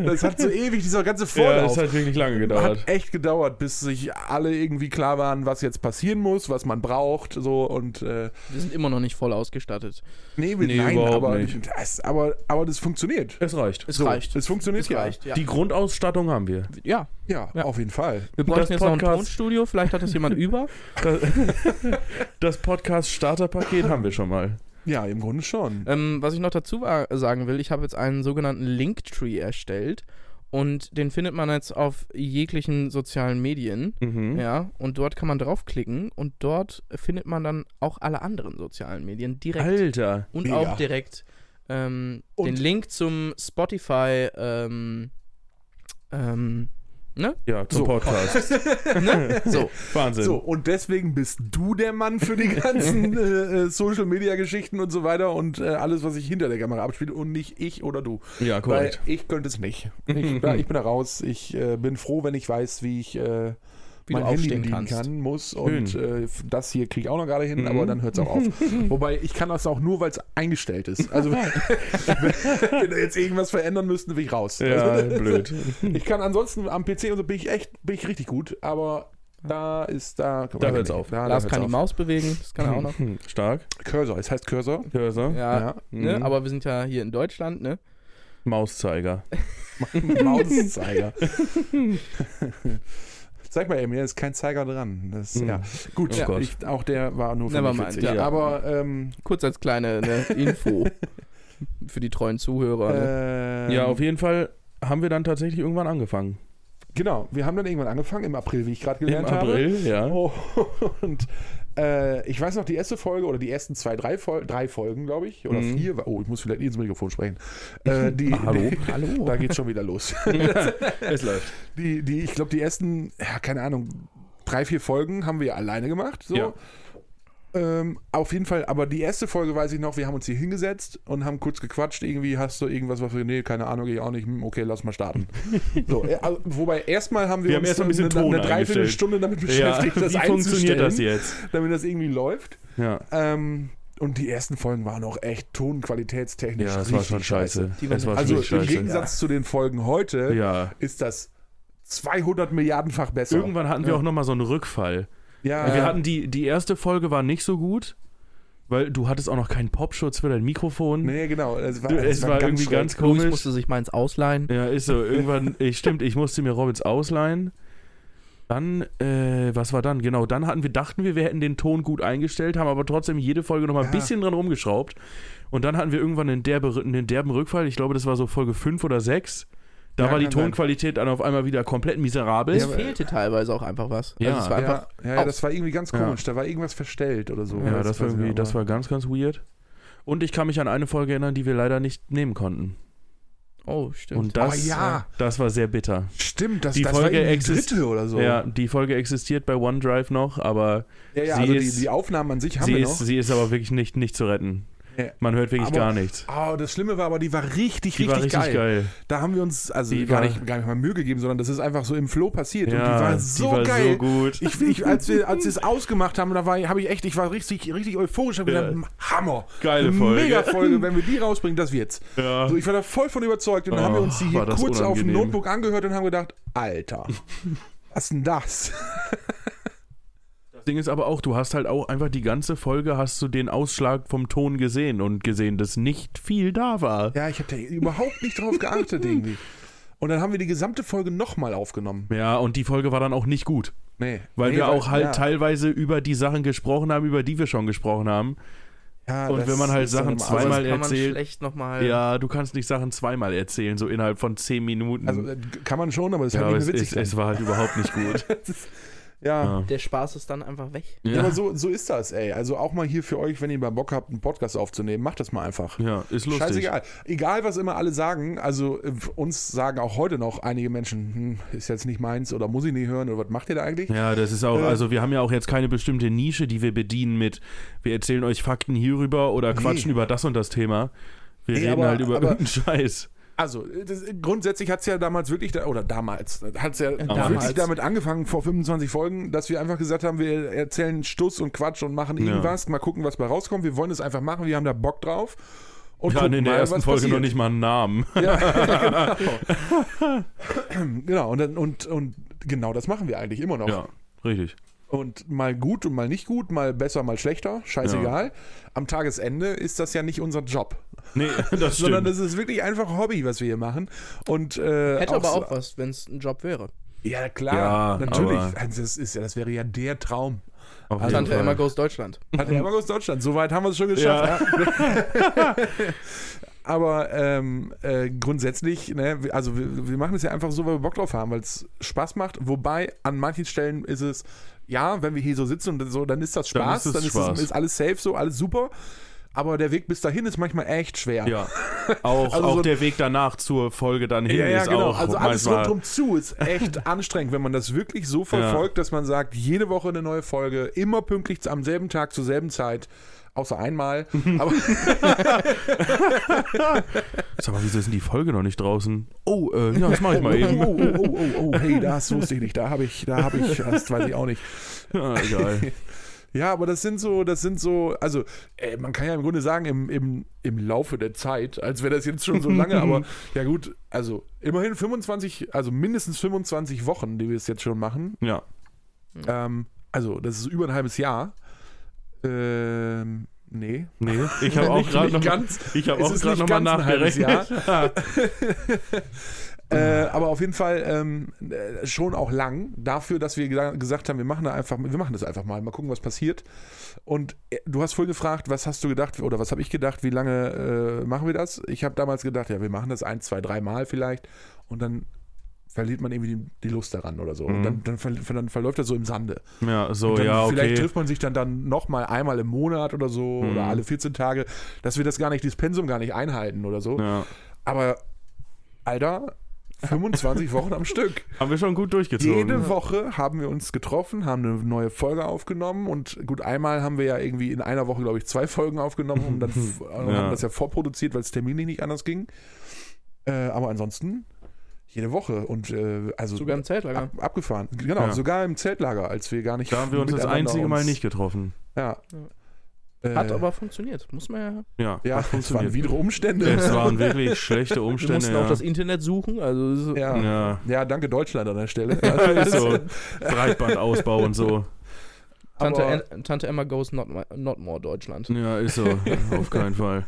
A: das hat so ewig, dieser ganze
B: ja,
A: Vorlauf.
B: das hat wirklich lange gedauert.
A: Hat echt gedauert, bis sich alle irgendwie klar waren, was jetzt passieren muss, was man braucht, so und äh,
C: Wir sind immer noch nicht voll ausgestattet.
A: nee, wir-
B: Nee,
A: nein,
B: überhaupt
A: aber,
B: nicht.
A: Das, aber aber das funktioniert.
B: Es reicht.
C: Es
A: So,
C: reicht.
A: Es funktioniert
C: Es
A: ja.
C: reicht, ja.
B: Die Grundausstattung haben wir.
C: ja.
A: ja.
C: Ja.
A: auf jeden Fall.
C: Wir bräuchten
B: Das
C: jetzt noch ein
B: Podcast-
C: Tonstudio, vielleicht hat das jemand [laughs] über.
A: [laughs]
B: Das, das Podcast-Starter-Paket haben wir schon mal.
A: Ja, im Grunde schon.
C: Ähm, was ich noch dazu wa- sagen will, ich habe jetzt einen sogenannten Linktree erstellt und den findet man jetzt auf jeglichen sozialen Medien.
B: Mhm.
C: Ja, und dort kann man draufklicken und dort findet man dann auch alle anderen sozialen Medien direkt
B: Alter.
C: und
A: Mega.
C: auch direkt ähm,
A: Und-
C: den Link zum Spotify ähm, ähm,
B: Ja,
A: So. [laughs]
B: zum Podcast.
C: ne? so.
B: Wahnsinn.
A: So, und deswegen bist du der Mann für die ganzen äh, äh, Social-Media-Geschichten und so weiter und äh, alles, was sich hinter der Kamera abspielt und nicht ich oder du.
B: Ja, korrekt.
A: Weil ich könnte es
B: [laughs]
A: nicht. Ich, ja, ich bin da raus. Ich äh, bin froh, wenn ich weiß, wie ich äh,
C: Wie
A: mein
C: du
A: Handy
C: aufstehen
A: bedienen
C: kannst.
A: kann, muss. Und äh, f- das hier kriege ich auch noch gerade hin,
B: Mhm.
A: aber dann hört es auch
B: [laughs]
A: auf. Wobei, ich kann das auch nur, weil es eingestellt ist. Also, wenn, [laughs] wenn wir jetzt irgendwas verändern müssten, bin ich raus.
B: Ja,
A: also, [laughs]
B: blöd.
A: Ich kann ansonsten am PC und so bin ich echt, bin ich richtig gut, aber da ist da.
B: Da hört's auf.
A: Ah, Da, da
C: Lars
A: hört's
C: kann die
A: auf.
C: Maus bewegen, das kann er
A: [laughs]
C: auch noch.
B: [laughs] Stark.
A: Cursor, es heißt Cursor.
B: Cursor.
C: Ja,
A: Ja.
C: Ne?
B: Mhm.
C: aber wir sind ja hier in Deutschland, ne?
B: Mauszeiger. [laughs]
A: Mauszeiger. Zeig mal, eben, hier ist kein Zeiger dran. Das,
B: Mhm.
A: ja. Gut,
B: Oh
A: ja,
B: Gott.
A: ich, auch der war nur für mich
C: Nevermind,
A: witzig.
C: ja.
A: Aber ähm,
C: Kurz als kleine ne,
A: [laughs]
C: Info für die treuen Zuhörer. Ne?
A: ähm,
B: ja, auf jeden Fall haben wir dann tatsächlich irgendwann angefangen.
A: genau. Wir haben dann irgendwann angefangen im April, wie ich gerade
B: Im
A: gelernt habe.
B: April, ja.
A: Oh, [laughs] Und äh, ich weiß noch, die erste Folge oder die ersten zwei, drei, Fol drei Folgen, glaube ich, oder
B: Mhm.
A: vier. Oh, ich muss vielleicht ins Mikrofon sprechen. Äh, die,
B: [laughs]
A: [laughs]
B: Hallo.
A: Die,
C: Hallo.
A: Da geht schon wieder los. [laughs]
B: Es läuft.
A: Die, die, ich glaube, die ersten, ja, keine Ahnung, drei, vier Folgen haben wir alleine gemacht. So.
B: Ja.
A: Ähm, auf jeden Fall, aber die erste Folge weiß ich noch, wir haben uns hier hingesetzt und haben kurz gequatscht. Irgendwie hast du irgendwas, was wir, nee, keine Ahnung, ich auch nicht, Hm, okay, lass mal
B: [laughs]
A: starten. so, äh, also, wobei erstmal haben wir,
B: Wir haben
A: uns
B: erst mal ein bisschen
A: eine,
B: Ton
A: eine Dreiviertelstunde damit beschäftigt, das
B: Wie funktioniert das
A: einzustellen,
B: jetzt?
A: damit das irgendwie läuft.
B: Ja,
A: Ähm, und die ersten Folgen waren auch echt tonqualitätstechnisch.
B: ja das war
A: richtig
B: schon scheiße.
C: Die waren
B: Das war
A: Also
B: schon
A: im
B: scheiße.
A: Gegensatz zu den Folgen heute
B: Ja.
A: ist das 200 Milliardenfach besser.
B: Irgendwann hatten wir
A: Ja.
B: auch nochmal so einen Rückfall.
A: ja,
B: Wir hatten die, die erste Folge war nicht so gut, weil du hattest auch noch keinen Popschutz für dein Mikrofon.
A: Nee, genau. Es war,
B: Du,
A: es war
B: irgendwie
A: schräg.
B: ganz
C: Luis
B: komisch.
C: musste sich meins ausleihen.
B: Ja, ist
A: [laughs]
B: so. Irgendwann, ich, stimmt, ich musste mir Robins ausleihen. Dann, äh, was war dann? Genau, dann hatten wir, dachten wir, wir hätten den Ton gut eingestellt, haben aber trotzdem jede Folge nochmal ein
A: Ja.
B: bisschen dran rumgeschraubt. Und dann hatten wir irgendwann einen, derbe, einen derben Rückfall. Ich glaube, das war so Folge 5 oder 6. Da
A: Ja,
B: war die
A: kann sein.
B: Tonqualität dann auf einmal wieder komplett miserabel.
C: Es fehlte teilweise auch einfach was.
B: Ja.
C: also es war einfach
A: Ja, ja, ja,
C: auf.
A: das war irgendwie ganz
B: Ja.
A: komisch. Da war irgendwas verstellt oder so.
B: Ja, das war
A: weiß ich
B: irgendwie,
A: noch,
B: das
A: aber-
B: war ganz, ganz weird. Und ich kann mich an eine Folge erinnern, die wir leider nicht nehmen konnten.
C: Oh, stimmt.
B: Und das,
A: Oh ja.
B: das war sehr bitter.
A: Stimmt, das,
B: Die
A: das
B: Folge
A: war irgendwie die
B: exist-
A: dritte oder so.
B: Ja, die Folge existiert bei OneDrive noch, aber
A: ja, ja
B: sie
A: also
B: ist-
A: die, die Aufnahmen an sich haben
B: sie
A: wir
B: ist,
A: noch.
B: sie ist aber wirklich nicht, nicht zu retten.
A: Nee.
B: Man hört wirklich
A: Aber-
B: gar nichts.
A: Oh, das Schlimme war aber, die war richtig,
B: Die
A: richtig,
B: war richtig
A: geil.
B: geil.
A: Da haben wir uns also
B: Die
A: gar,
B: war-
A: nicht, gar nicht mal Mühe gegeben, sondern das ist einfach so im Flow passiert.
B: Ja,
A: und die war so geil.
B: so gut.
A: Ich, ich, als wir als wir es ausgemacht haben, da war habe ich echt, ich war richtig, richtig euphorisch. Hab
B: Ja.
A: gedacht, Hammer,
B: Geile Folge.
A: mega Folge. Wenn wir die rausbringen, das wird's.
B: Ja.
A: So, ich war da voll von überzeugt. Und dann
B: Oh,
A: haben wir uns die hier
B: war das
A: kurz auf dem
B: unangenehm.
A: Notebook angehört und haben gedacht, Alter, was denn das?
B: Das Ding ist aber auch, du hast halt auch einfach die ganze Folge, hast du den Ausschlag vom Ton gesehen und gesehen, dass nicht viel da war.
A: Ja, ich habe da überhaupt nicht drauf geachtet irgendwie. Und dann haben wir die gesamte Folge nochmal aufgenommen.
B: Ja, und die Folge war dann auch nicht gut.
A: Nee.
B: Weil
A: nee,
B: wir auch halt
A: ja,
B: teilweise über die Sachen gesprochen haben, über die wir schon gesprochen haben.
A: ja,
B: und
A: das
B: wenn man halt
A: ist dann
B: Sachen
A: immer
C: Aber das
B: zweimal
C: kann man
B: erzählt-
C: schlecht nochmal.
B: Ja, du kannst nicht Sachen zweimal erzählen, so innerhalb von zehn Minuten.
A: Ähm. Also äh, kann man schon, aber es ist
B: ja,
A: halt
B: aber es,
A: nicht mehr
B: es,
A: witzig.
B: es war halt überhaupt nicht gut.
A: ja.
B: Ja.
C: Der Spaß ist dann einfach weg.
A: [laughs] Ja,
B: Ja,
A: aber so, so ist das, ey. Also auch mal hier für euch, wenn ihr mal Bock habt, einen Podcast aufzunehmen, macht das mal einfach.
B: ja ist lustig.
A: Scheißegal. Egal, was immer alle sagen, also äh, uns sagen auch heute noch einige Menschen, hm, ist jetzt nicht meins oder muss ich nicht hören oder was macht ihr da eigentlich?
B: Ja, das ist auch,
A: Äh,
B: also wir haben ja auch jetzt keine bestimmte Nische, die wir bedienen mit, wir erzählen euch Fakten hierüber oder quatschen über das und das Thema. Wir
A: Nee,
B: reden
A: aber-
B: halt über
A: aber-
B: irgendeinen
A: [laughs]
B: Scheiß.
A: Also, das, grundsätzlich hat es ja damals wirklich, da, oder damals, hat es ja
B: Damals.
A: wirklich damit angefangen, vor 25 Folgen, dass wir einfach gesagt haben, wir erzählen Stuss und Quatsch und machen irgendwas, mal gucken, was bei rauskommt. Wir wollen es einfach machen, wir haben da Bock drauf. Und
B: Wir hatten
A: gucken
B: in der
A: mal,
B: ersten
A: was
B: Folge noch
A: passiert.
B: nicht mal
A: [laughs]
B: einen Namen.
A: Ja, [laughs] genau.
B: [laughs]
A: genau, und, dann- und, und genau das machen wir eigentlich immer noch.
B: Ja, richtig.
A: Und mal gut und mal nicht gut, mal besser, mal schlechter, scheißegal. Am Tagesende ist das ja nicht unser Job,
B: Nee, [laughs] das
A: sondern
B: stimmt.
A: das ist wirklich einfach Hobby, was wir hier machen. Und, äh,
C: Hätte aber
A: so-
C: auch was, wenn es ein Job wäre.
A: Ja, klar,
B: Ja,
A: natürlich.
B: aber-
A: Also das, ist ja, das wäre ja der Traum.
B: Auf
A: Also
B: jeden
C: Tante
B: Fall.
C: Emma Goes Deutschland.
A: Hat der Markus Deutschland. Soweit haben wir es schon geschafft. Ja. [laughs] Aber ähm, äh, grundsätzlich, ne, wir- also wir, wir machen es ja einfach so, weil wir Bock drauf haben, weil es Spaß macht. Wobei an manchen Stellen ist es, ja, wenn wir hier so sitzen und so, dann ist das
B: Dann
A: Spaß,
B: ist es
A: dann ist,
B: Spaß.
A: ist alles safe, so alles super. Aber der Weg bis dahin ist manchmal echt schwer.
B: Ja. Auch,
A: Also
B: auch
A: so-
B: der Weg danach zur Folge dann hin
A: Ja, ja,
B: ist
A: genau.
B: auch
A: also alles
B: manchmal.
A: rundum zu ist echt [laughs] anstrengend, wenn man das wirklich so verfolgt, dass man sagt, jede Woche eine neue Folge, immer pünktlich am selben Tag, zur selben Zeit. Außer
B: [laughs]
A: einmal. Aber
B: Sag mal, wieso ist denn die Folge noch nicht draußen? Oh, äh, ja,
A: [laughs]
B: das mache ich mal eben.
A: Oh, oh, oh, oh, oh, hey, das wusste ich nicht. Da habe ich, da habe ich, das weiß ich auch nicht.
B: [laughs] Ja, Ah, egal.
A: Ja, aber das sind so, das sind so, also äh, man kann ja im Grunde sagen, im, im, im Laufe der Zeit, als wäre das jetzt schon so lange, aber
B: [laughs]
A: ja gut, also immerhin 25, also mindestens 25 Wochen, die wir es jetzt schon machen.
B: Ja.
A: Ähm, also das ist über ein halbes Jahr. Ähm, nee.
B: Nee, ich habe auch
A: Nicht-
B: gerade
A: nicht
B: noch
A: ganz.
B: ich habe
A: Es
B: auch
A: ist
B: gerade
A: nicht
B: noch mal
A: ganz ein halbes
B: nachgerechnet.
A: Äh, aber auf jeden Fall ähm, äh, schon auch lang dafür, dass wir gesa- gesagt haben, wir machen da einfach, wir machen das einfach mal, mal gucken, was passiert. Und äh, du hast vorhin gefragt, was hast du gedacht oder was habe ich gedacht, wie lange äh, machen wir das? Ich habe damals gedacht, ja, wir machen das ein, zwei, drei Mal vielleicht und dann verliert man irgendwie die, die Lust daran oder so. Und
B: Mhm.
A: dann, dann, verl- dann verläuft das so im Sande.
B: [laughs] Ja, so
A: Und dann
B: Oh ja,
A: Vielleicht
B: okay.
A: trifft man sich dann, dann nochmal einmal im Monat oder so
B: Mhm.
A: oder alle 14 Tage, dass wir das gar nicht, dieses Pensum gar nicht einhalten oder so.
B: Ja.
A: Aber, Alter, 25 Wochen am
B: [laughs]
A: Stück.
B: Haben wir schon gut durchgezogen.
A: Jede Woche haben wir uns getroffen, haben eine neue Folge aufgenommen und gut, einmal haben wir ja irgendwie in einer Woche, glaube ich, zwei Folgen aufgenommen
B: [laughs]
A: und dann f- und haben das ja vorproduziert, weil es terminlich nicht anders ging. Äh, aber ansonsten jede Woche und äh,
B: Mhm.
A: also
C: Sogar im Zeltlager.
A: ab, abgefahren. Genau,
B: Ja.
A: sogar im Zeltlager, als wir gar nicht.
B: da haben wir uns das
A: miteinander
B: einzige Mal
A: uns-
B: nicht getroffen.
A: Ja. Äh,
C: Hat aber funktioniert. Muss man ja.
B: Ja, [laughs]
A: ja,
B: hat
A: es waren
B: funktioniert.
A: widere Umstände.
B: Es
A: [laughs]
B: waren wirklich schlechte
C: Wir
B: Umstände.
C: mussten
B: ja.
C: auch das Internet suchen. Also es ist-
A: Ja. ja.
B: ja.
A: danke Deutschland an der
B: [laughs]
A: Stelle. [laughs]
B: Ist so Breitbandausbau und so.
C: Tante,
A: Aber-
C: En- Tante Emma Goes Not, Ma- not More Deutschland.
B: Ja,
A: [laughs]
B: ist so. Auf keinen Fall.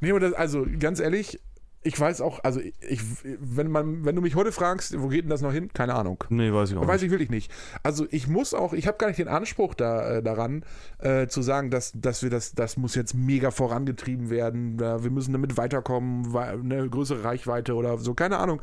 A: Nee, aber das, also ganz ehrlich, ich weiß auch, also ich, wenn man, wenn du mich heute fragst, wo geht denn das noch hin? Keine Ahnung.
B: Nee, weiß ich auch
A: Weiß
B: nicht.
A: ich wirklich nicht. Also ich muss auch, ich habe gar nicht den Anspruch da, äh, daran, äh, zu sagen, dass, dass wir das, das muss jetzt mega vorangetrieben werden, da- wir müssen damit weiterkommen, wei- eine größere Reichweite oder so, keine Ahnung.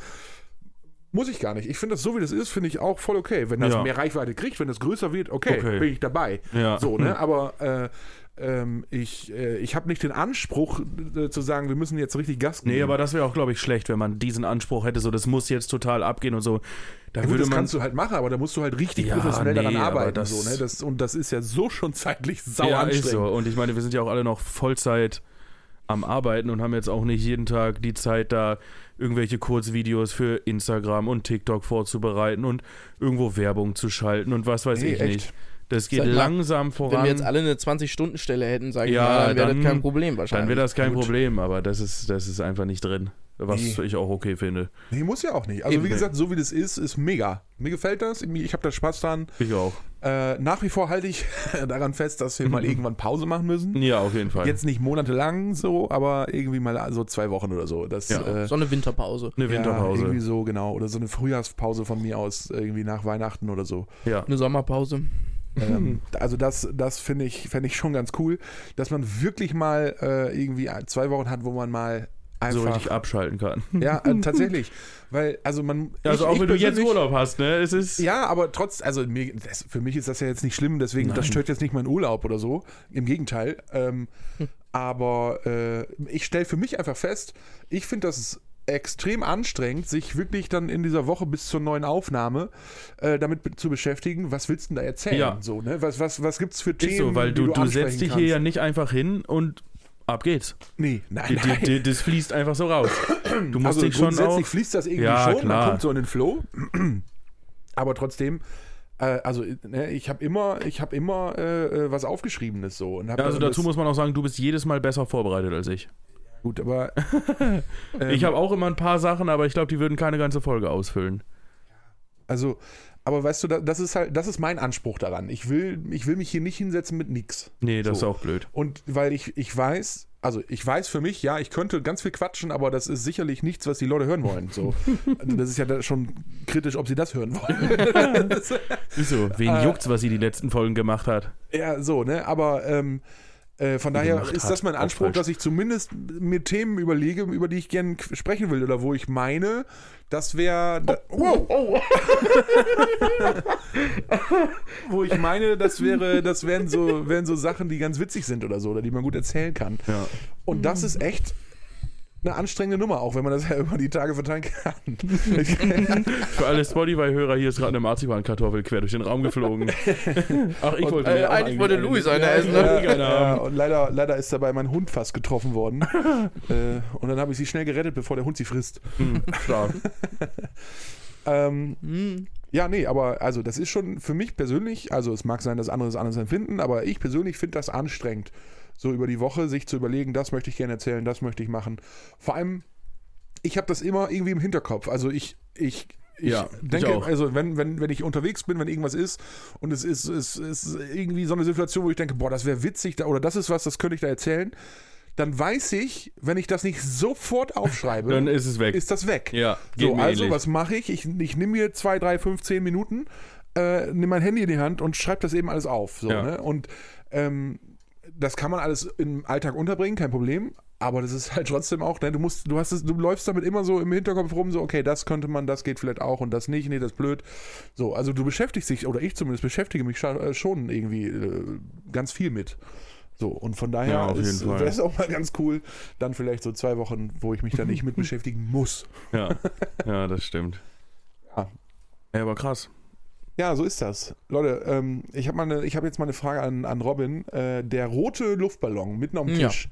A: Muss ich gar nicht. Ich finde das so, wie das ist, finde ich auch voll okay. Wenn das
B: Ja.
A: mehr Reichweite kriegt, wenn das größer wird, okay,
B: Okay.
A: bin ich dabei.
B: Ja.
A: So, ne? Aber äh, ähm, ich, äh, ich habe nicht den Anspruch äh, zu sagen, wir müssen jetzt richtig Gas geben.
B: Nee, aber das wäre auch, glaube ich, schlecht, wenn man diesen Anspruch hätte, so das muss jetzt total abgehen und so. Da
A: Ja, gut,
B: würde
A: das
B: man.
A: kannst du halt machen, aber da musst du halt richtig
B: Ja,
A: professionell daran
B: nee, aber
A: arbeiten.
B: das-
A: so, ne? das, und das ist ja so schon zeitlich sau
B: ja, ist
A: anstrengend.
B: so. Und ich meine, wir sind ja auch alle noch Vollzeit am Arbeiten und haben jetzt auch nicht jeden Tag die Zeit, da irgendwelche Kurzvideos für Instagram und TikTok vorzubereiten und irgendwo Werbung zu schalten und was weiß
A: Nee,
B: ich
A: echt.
B: nicht. Das geht
C: Sag mal,
B: langsam voran.
C: Wenn wir jetzt alle eine 20-Stunden-Stelle hätten, sage ich
B: Ja,
C: mal, dann wäre
B: dann-
C: das kein Problem
B: dann
C: wahrscheinlich.
B: wäre das äh, kein
A: Gut.
B: Problem, aber das ist, das ist einfach nicht drin. Was
A: Nee.
B: ich auch okay finde.
A: Nee, muss ja auch nicht. Also
B: Eben.
A: wie gesagt, so wie das ist, ist mega. Mir gefällt das, ich habe da Spaß dran.
B: Ich auch.
A: Äh, nach wie vor halte ich [laughs] daran fest, dass wir
B: [laughs]
A: mal irgendwann Pause machen müssen.
B: Ja, auf jeden Fall.
A: Jetzt nicht monatelang so, aber irgendwie mal so zwei Wochen oder so. Das,
B: Ja.
A: äh,
C: so eine Winterpause.
B: eine
A: Ja,
B: Winterpause.
A: irgendwie so, genau. Oder so eine Frühjahrspause von mir aus, irgendwie nach Weihnachten oder so.
B: Ja.
C: Eine Sommerpause.
B: Hm.
A: Ähm, also das, das finde ich, fände ich schon ganz cool, dass man wirklich mal äh, irgendwie ein- zwei Wochen hat, wo man mal einfach...
B: So richtig abschalten kann.
A: ja, äh, tatsächlich. Weil, also man...
B: Also auch wenn du jetzt
A: persönlich-
B: Urlaub hast, ne? Es ist.
A: Ja, aber trotz, also mir, das, für mich ist das ja jetzt nicht schlimm, deswegen, das stört jetzt nicht meinen Urlaub oder so. Im Gegenteil. Ähm,
B: Hm.
A: aber äh, ich stelle für mich einfach fest, ich finde das extrem anstrengend, sich wirklich dann in dieser Woche bis zur neuen Aufnahme äh, damit be- zu beschäftigen, was willst du denn da erzählen?
B: Ja.
A: So, ne? Was, was, was gibt's für Themen?
B: Ist so, weil
A: die
B: du, du
A: ansprechen
B: setzt dich
A: kannst?
B: hier ja nicht einfach hin und ab geht's.
A: Nee, nein,
B: Die,
A: nein.
B: die, die, das fließt einfach so raus. Du musst
A: also
B: dich schon auch.
A: grundsätzlich fließt das irgendwie
B: Ja,
A: schon, man
B: klar.
A: kommt so in den Flow. [clears throat] Aber trotzdem, äh, also ne, ich habe immer, ich habe immer äh, äh, was aufgeschriebenes so. Und hab
B: Ja, also
A: das-
B: dazu muss man auch sagen, du bist jedes Mal besser vorbereitet als ich.
A: gut, aber Ähm.
B: Ich habe auch immer ein paar Sachen, aber ich glaube, die würden keine ganze Folge ausfüllen.
A: also, aber weißt du, da- das ist halt, das ist mein Anspruch daran. Ich will, ich will mich hier nicht hinsetzen mit nix.
B: Nee, das
A: So.
B: ist auch blöd.
A: Und weil ich, ich weiß, also ich weiß für mich, ja, ich könnte ganz viel quatschen, aber das ist sicherlich nichts, was die Leute hören wollen.
B: [laughs]
A: So, Also das ist ja da schon kritisch, ob sie das hören wollen.
B: [laughs]
A: Äh.
B: Ist so. Wen juckt's, was sie die letzten Folgen gemacht hat?
A: Ja, so, ne? Aber ähm, äh, von daher
B: gemacht
A: ist
B: hat,
A: das mein
B: auch
A: Anspruch,
B: falsch.
A: dass ich zumindest mir Themen überlege, über die ich gerne k- sprechen will oder wo ich meine, das wäre. da- Wow! wo ich meine, das wäre, [laughs] das wären so, wären so Sachen, die ganz witzig sind oder so, oder die man gut erzählen kann.
B: Ja.
A: Und das ist echt eine anstrengende Nummer, auch wenn man das ja [laughs] über die Tage verteilen kann. Ich- [laughs]
B: Für alle Spotify-Hörer, hier ist gerade eine Marzipankartoffel quer durch den
A: [laughs]
B: Raum geflogen. Ach, ich wollte.
C: äh,
B: mir auch
C: eigentlich wollte
B: eine-
C: Louis eine
B: Ja, genau.
C: essen,
B: ich wollte
A: Ja,
B: auch eine
A: ja,
B: haben.
A: und leider, leider ist dabei mein Hund fast getroffen worden.
B: [laughs]
A: äh, und dann habe ich sie schnell gerettet, bevor der Hund sie frisst.
B: Hm, klar.
A: [laughs] Ähm,
C: Hm.
A: ja, nee, aber also das ist schon für mich persönlich, also es mag sein, dass andere es anders empfinden, aber ich persönlich finde das anstrengend, so über die Woche sich zu überlegen, das möchte ich gerne erzählen, das möchte ich machen. Vor allem, ich habe das immer irgendwie im Hinterkopf. Also ich, ich, ich
B: Ja, ich
A: denke,
B: auch.
A: also wenn, wenn, wenn ich unterwegs bin, wenn irgendwas ist und es ist, es ist irgendwie so eine Situation, wo ich denke, boah, das wäre witzig da, oder das ist was, das könnte ich da erzählen, dann weiß ich, wenn ich das nicht sofort aufschreibe,
B: Dann ist es weg.
A: ist das weg.
B: Ja, geht
A: So,
B: mir
A: also,
B: ähnlich.
A: was mache ich? Ich, ich nehme mir zwei, drei, fünf, zehn Minuten, äh, nehme mein Handy in die Hand und schreibe das eben alles auf. So,
B: Ja.
A: ne? Und ähm, das kann man alles im Alltag unterbringen, kein Problem. Aber das ist halt trotzdem auch, ne, du musst, du hast es, du läufst damit immer so im Hinterkopf rum, so, okay, das könnte man, das geht vielleicht auch und das nicht, nee, das ist blöd. So, also du beschäftigst dich, oder ich zumindest beschäftige mich scha- äh, schon irgendwie äh, ganz viel mit. So, und von daher
B: Ja, auf jeden
A: ist,
B: Fall.
A: wäre es auch mal ganz cool, dann vielleicht so zwei Wochen, wo ich mich da
B: [laughs]
A: nicht mit beschäftigen muss.
B: Ja. ja, das stimmt.
A: Ja.
B: Ja, aber krass.
A: Ja, so ist das. Leute, ähm, ich habe hab jetzt mal eine Frage an, an Robin. Äh, der rote Luftballon mitten am
C: Ja.
A: Tisch,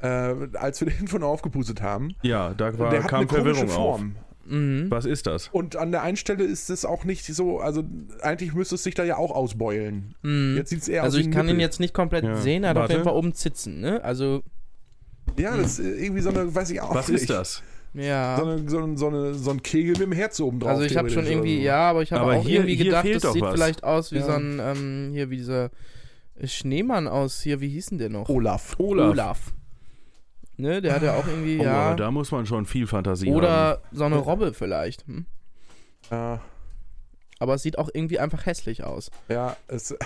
A: äh, als wir den von aufgepustet haben,
B: Ja, da war,
A: der hat
B: kam
A: eine komische
B: Verwirrung
A: Form.
B: auf.
C: Mhm.
B: Was ist das?
A: Und an der einen Stelle ist es auch nicht so, also eigentlich müsste es sich da ja auch ausbeulen.
C: Mhm.
A: Jetzt sieht es eher
C: also
A: aus
C: ich kann ihn
A: Nippel.
C: jetzt nicht komplett
B: Ja.
C: sehen, er hat auf
B: Warte.
C: jeden Fall oben sitzen, ne? Also,
A: Ja, das ist irgendwie so eine, weiß ich auch
B: Was
A: nicht.
B: ist das?
C: ja.
A: So, eine, so, eine, so, eine, so ein Kegel mit dem Herz oben drauf.
C: also ich habe schon
A: theoretisch oder
C: irgendwie,
A: so.
C: ja, aber ich habe
B: Aber
C: auch
B: hier-
C: irgendwie
B: hier
C: gedacht,
B: fehlt
C: das
B: doch
C: sieht
B: was.
C: vielleicht aus wie
A: Ja.
C: so ein, ähm, hier wie dieser Schneemann aus, hier, wie hieß denn der noch?
A: Olaf.
B: Olaf.
C: Ne, der hat ja auch irgendwie,
B: Oh,
C: ja.
B: aber da muss man schon viel Fantasie
C: [laughs]
B: haben.
C: Oder so eine Robbe vielleicht. Hm?
A: Ja,
C: Aber es sieht auch irgendwie einfach hässlich aus.
A: ja, es,